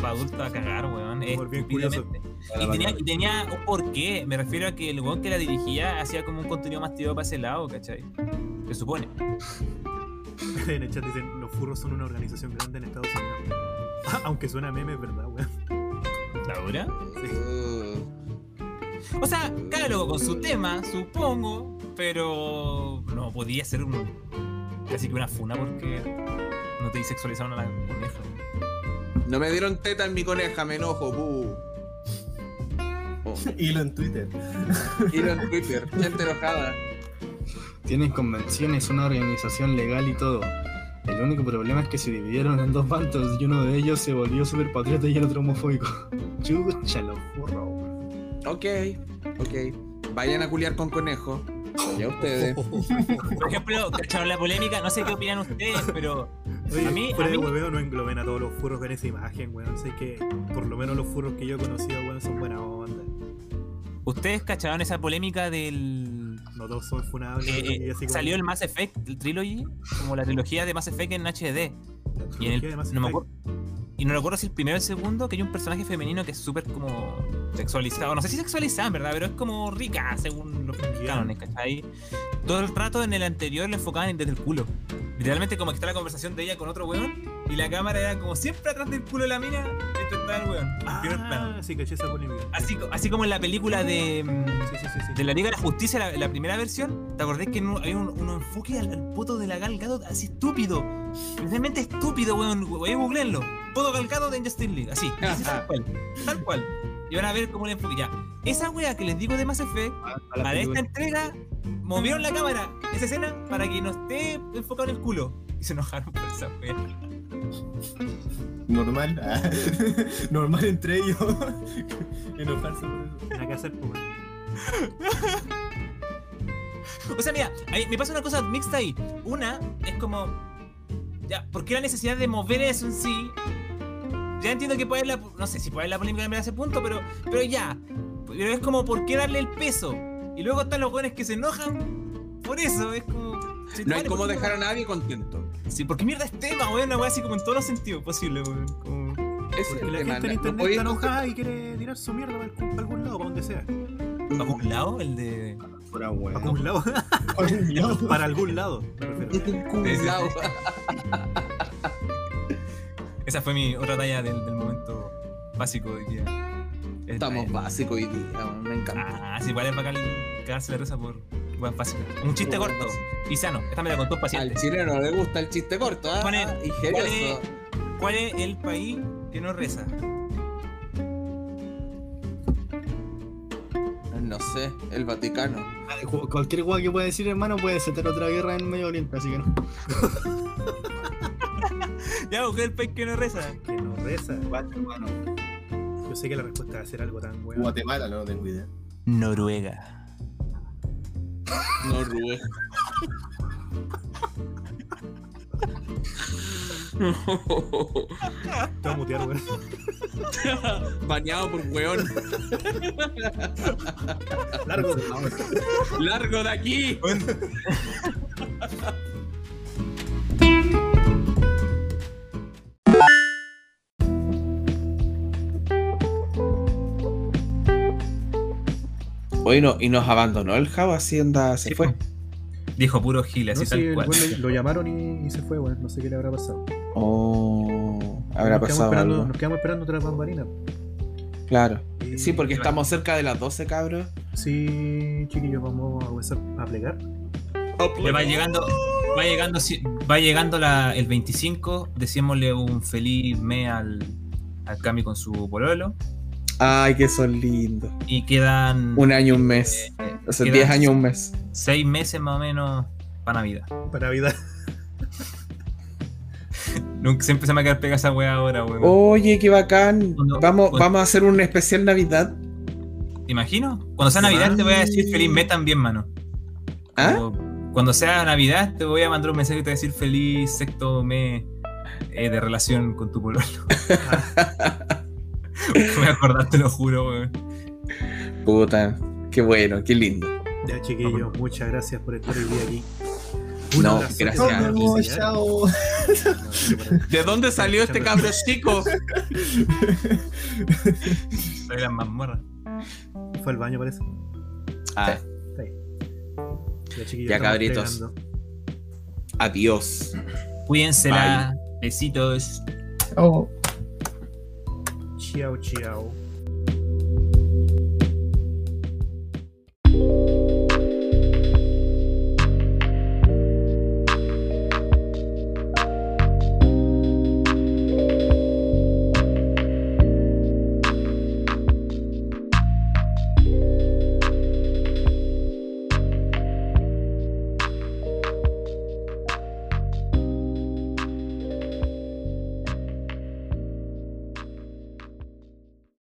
C: para adultos a cagar, weón. Es
B: Humor bien curioso.
C: estúpidamente. Y tenía, y tenía un porqué. Me refiero a que el weón que la dirigía hacía como un contenido más tirado para ese lado, ¿cachai? Se supone.
B: En el chat dicen, los furros son una organización grande en Estados Unidos. Aunque suena meme, es verdad, weón.
C: ¿La dura? O sea, cada loco con su tema, supongo, pero no podía ser un, casi que una funa porque no te sexualizaron a la coneja.
E: No me dieron teta en mi coneja, me enojo, bu.
D: Hilo en Twitter.
E: Hilo en Twitter, gente enojada.
F: Tienen convenciones, una organización legal y todo. El único problema es que se dividieron en dos bandos y uno de ellos se volvió super patriota y el otro homofóbico. Chucha, lo forro, weón.
E: Ok, ok. Vayan a culiar con conejo. Ya ustedes.
C: Por ejemplo, cacharon la polémica, no sé qué opinan ustedes, pero
B: Oye,
C: a mí, a
B: fuera de
C: mí-
B: hueveo no engloben a todos los furros en esa imagen, weón. Sé que por lo menos los furros que yo he conocido, weón, son buena onda.
C: ustedes cacharon esa polémica del...
B: No todos son funables.
C: eh, eh,
B: y así como-
C: salió el Mass Effect, el Trilogy, como la trilogía de Mass Effect en HD. Y, en el-
B: Trilogía de Mass
C: no me
B: Effect.
C: acuerdo, y no recuerdo si el primero o el segundo, que hay un personaje femenino que es súper como sexualizado. No sé si sexualizado, en verdad, pero es como rica según los cánones, ¿cachai? Todo el rato en el anterior le enfocaban desde el culo. Literalmente como que está la conversación de ella con otro weón y la cámara era como siempre atrás del culo de la mina mientras estaba el weón. en primer plano.
B: Ah, sí, caché esa polémica.
C: Así, co- así como en la película de, mm,
B: Sí, sí, sí. sí.
C: de la Liga de la Justicia, la, la primera versión, ¿te acordás que en un- había un, un enfoque al, al poto de la Gal Gadot así estúpido? Realmente estúpido, weón. Voy a googlearlo. Poto Gal Gadot en Justin League. Así. así tal cual. Tal cual. Y van a ver cómo el enfoque. Ya. Esa wea que les digo de Mass Effect,
F: A la
C: para esta
F: película.
C: entrega, movieron la cámara, esa escena, para que no esté enfocado en el culo. Y se enojaron por esa wea.
D: Normal. ah. Normal entre ellos. Enojarse por eso.
B: Nada que hacer, pues, weón.
C: O sea, mira, ahí me pasa una cosa mixta ahí. Una es como. Ya, ¿por qué la necesidad de mover eso en sí? Ya entiendo que puede haber la. No sé si puede haber la polémica en verdad a ese punto, pero, pero ya. Pero es como, ¿por qué darle el peso? Y luego están los jóvenes que se enojan por eso. Es como.
E: No hay cómo dejar a nadie contento.
C: Sí, porque mierda es tema, weón. Una weá así como en todos los sentidos posibles, weón. Como...
E: Ese es
B: Porque
E: el
B: la
E: tema.
B: gente en
E: No
B: internet
E: podéis-
B: está enojada y quiere tirar su mierda para, el- para algún lado, para donde sea.
C: ¿Para un lado? El de.
F: Fuera,
B: Para
F: weón.
B: algún lado. para algún lado. me refiero.
E: Cuidado.
C: Esa fue mi otra talla del, del momento básico de que.
E: Estamos básicos hoy día, weón, me encanta.
C: Ah, sí, igual es bacán cagarse la risa por weas fáciles. Un chiste
E: Por
C: corto
E: weas
C: y sano. Esta me la contó un
E: Al
C: paciente.
E: chileno le gusta el chiste corto, ¿ah?
C: Pone-
E: Y generoso.
C: ¿Cuál es el país que no reza?
E: No sé, el Vaticano.
F: Cu- Cualquier weón que pueda decir, hermano, puede desatar otra guerra en Medio Oriente, así que no.
C: Ya, ¿cuál es el país que no reza?
B: Que no reza.
F: Vale, hermano.
B: Yo sé que la respuesta va a ser algo tan weón.
D: Guatemala, no tengo idea.
A: Noruega.
E: No Rubén.
B: Te voy a mutear, weón.
E: Bañado por weón.
B: Largo.
E: Largo de aquí. Oye, no, y nos abandonó el Java, Hacienda se
C: Sí,
E: fue.
C: Dijo puro gil, así
B: No, sí,
C: tal
B: el
C: cual.
B: weón lo, lo llamaron y, y se fue, weón. No sé qué le habrá pasado.
E: Oh, habrá
B: nos quedamos
E: pasado
B: esperando-
E: algo.
B: Nos quedamos esperando otra bambarina.
E: Claro.
B: Y-
E: Sí, porque estamos cerca de las 12, cabros.
B: Sí, chiquillos, vamos a WhatsApp a plegar.
E: Oh,
C: Ya va llegando, va llegando, si- va llegando la, el 25. Decímosle un feliz mes al, al Cami con su pololo.
E: Ay, que son lindos.
C: Y quedan
E: Un año, un mes. O sea,
C: Quedan-
E: 10 años, un mes.
C: seis meses más o menos para Navidad.
B: Para Navidad.
C: Nunca, siempre se me va a quedar pega esa wea ahora, weón.
E: Oye, qué bacán.
C: Cuando-
E: Vamos,
C: cuando-
E: vamos a hacer un especial Navidad.
C: ¿Te imagino? Cuando sea Navidad te voy a decir feliz mes también, mano.
E: ¿Ah?
C: Cuando- Cuando sea Navidad te voy a mandar un mensaje y te voy a decir feliz sexto mes eh, de relación con tu pololo. me voy a acordar, te lo juro, weón.
E: Puta, qué bueno, qué lindo.
B: Ya, chiquillos, muchas gracias por estar el día aquí. Un
E: No,
B: abrazo.
E: gracias.
B: Nos vemos, chao.
E: ¿De dónde salió este cabro chico?
C: Soy la mazmorra.
B: Fue al baño, parece.
E: Ah,
B: La chiquilla
E: Ya,
B: estaba
E: cabritos.
B: entregando.
E: adiós.
C: Cuídensela. Besitos.
D: Oh.
B: Chao, chao.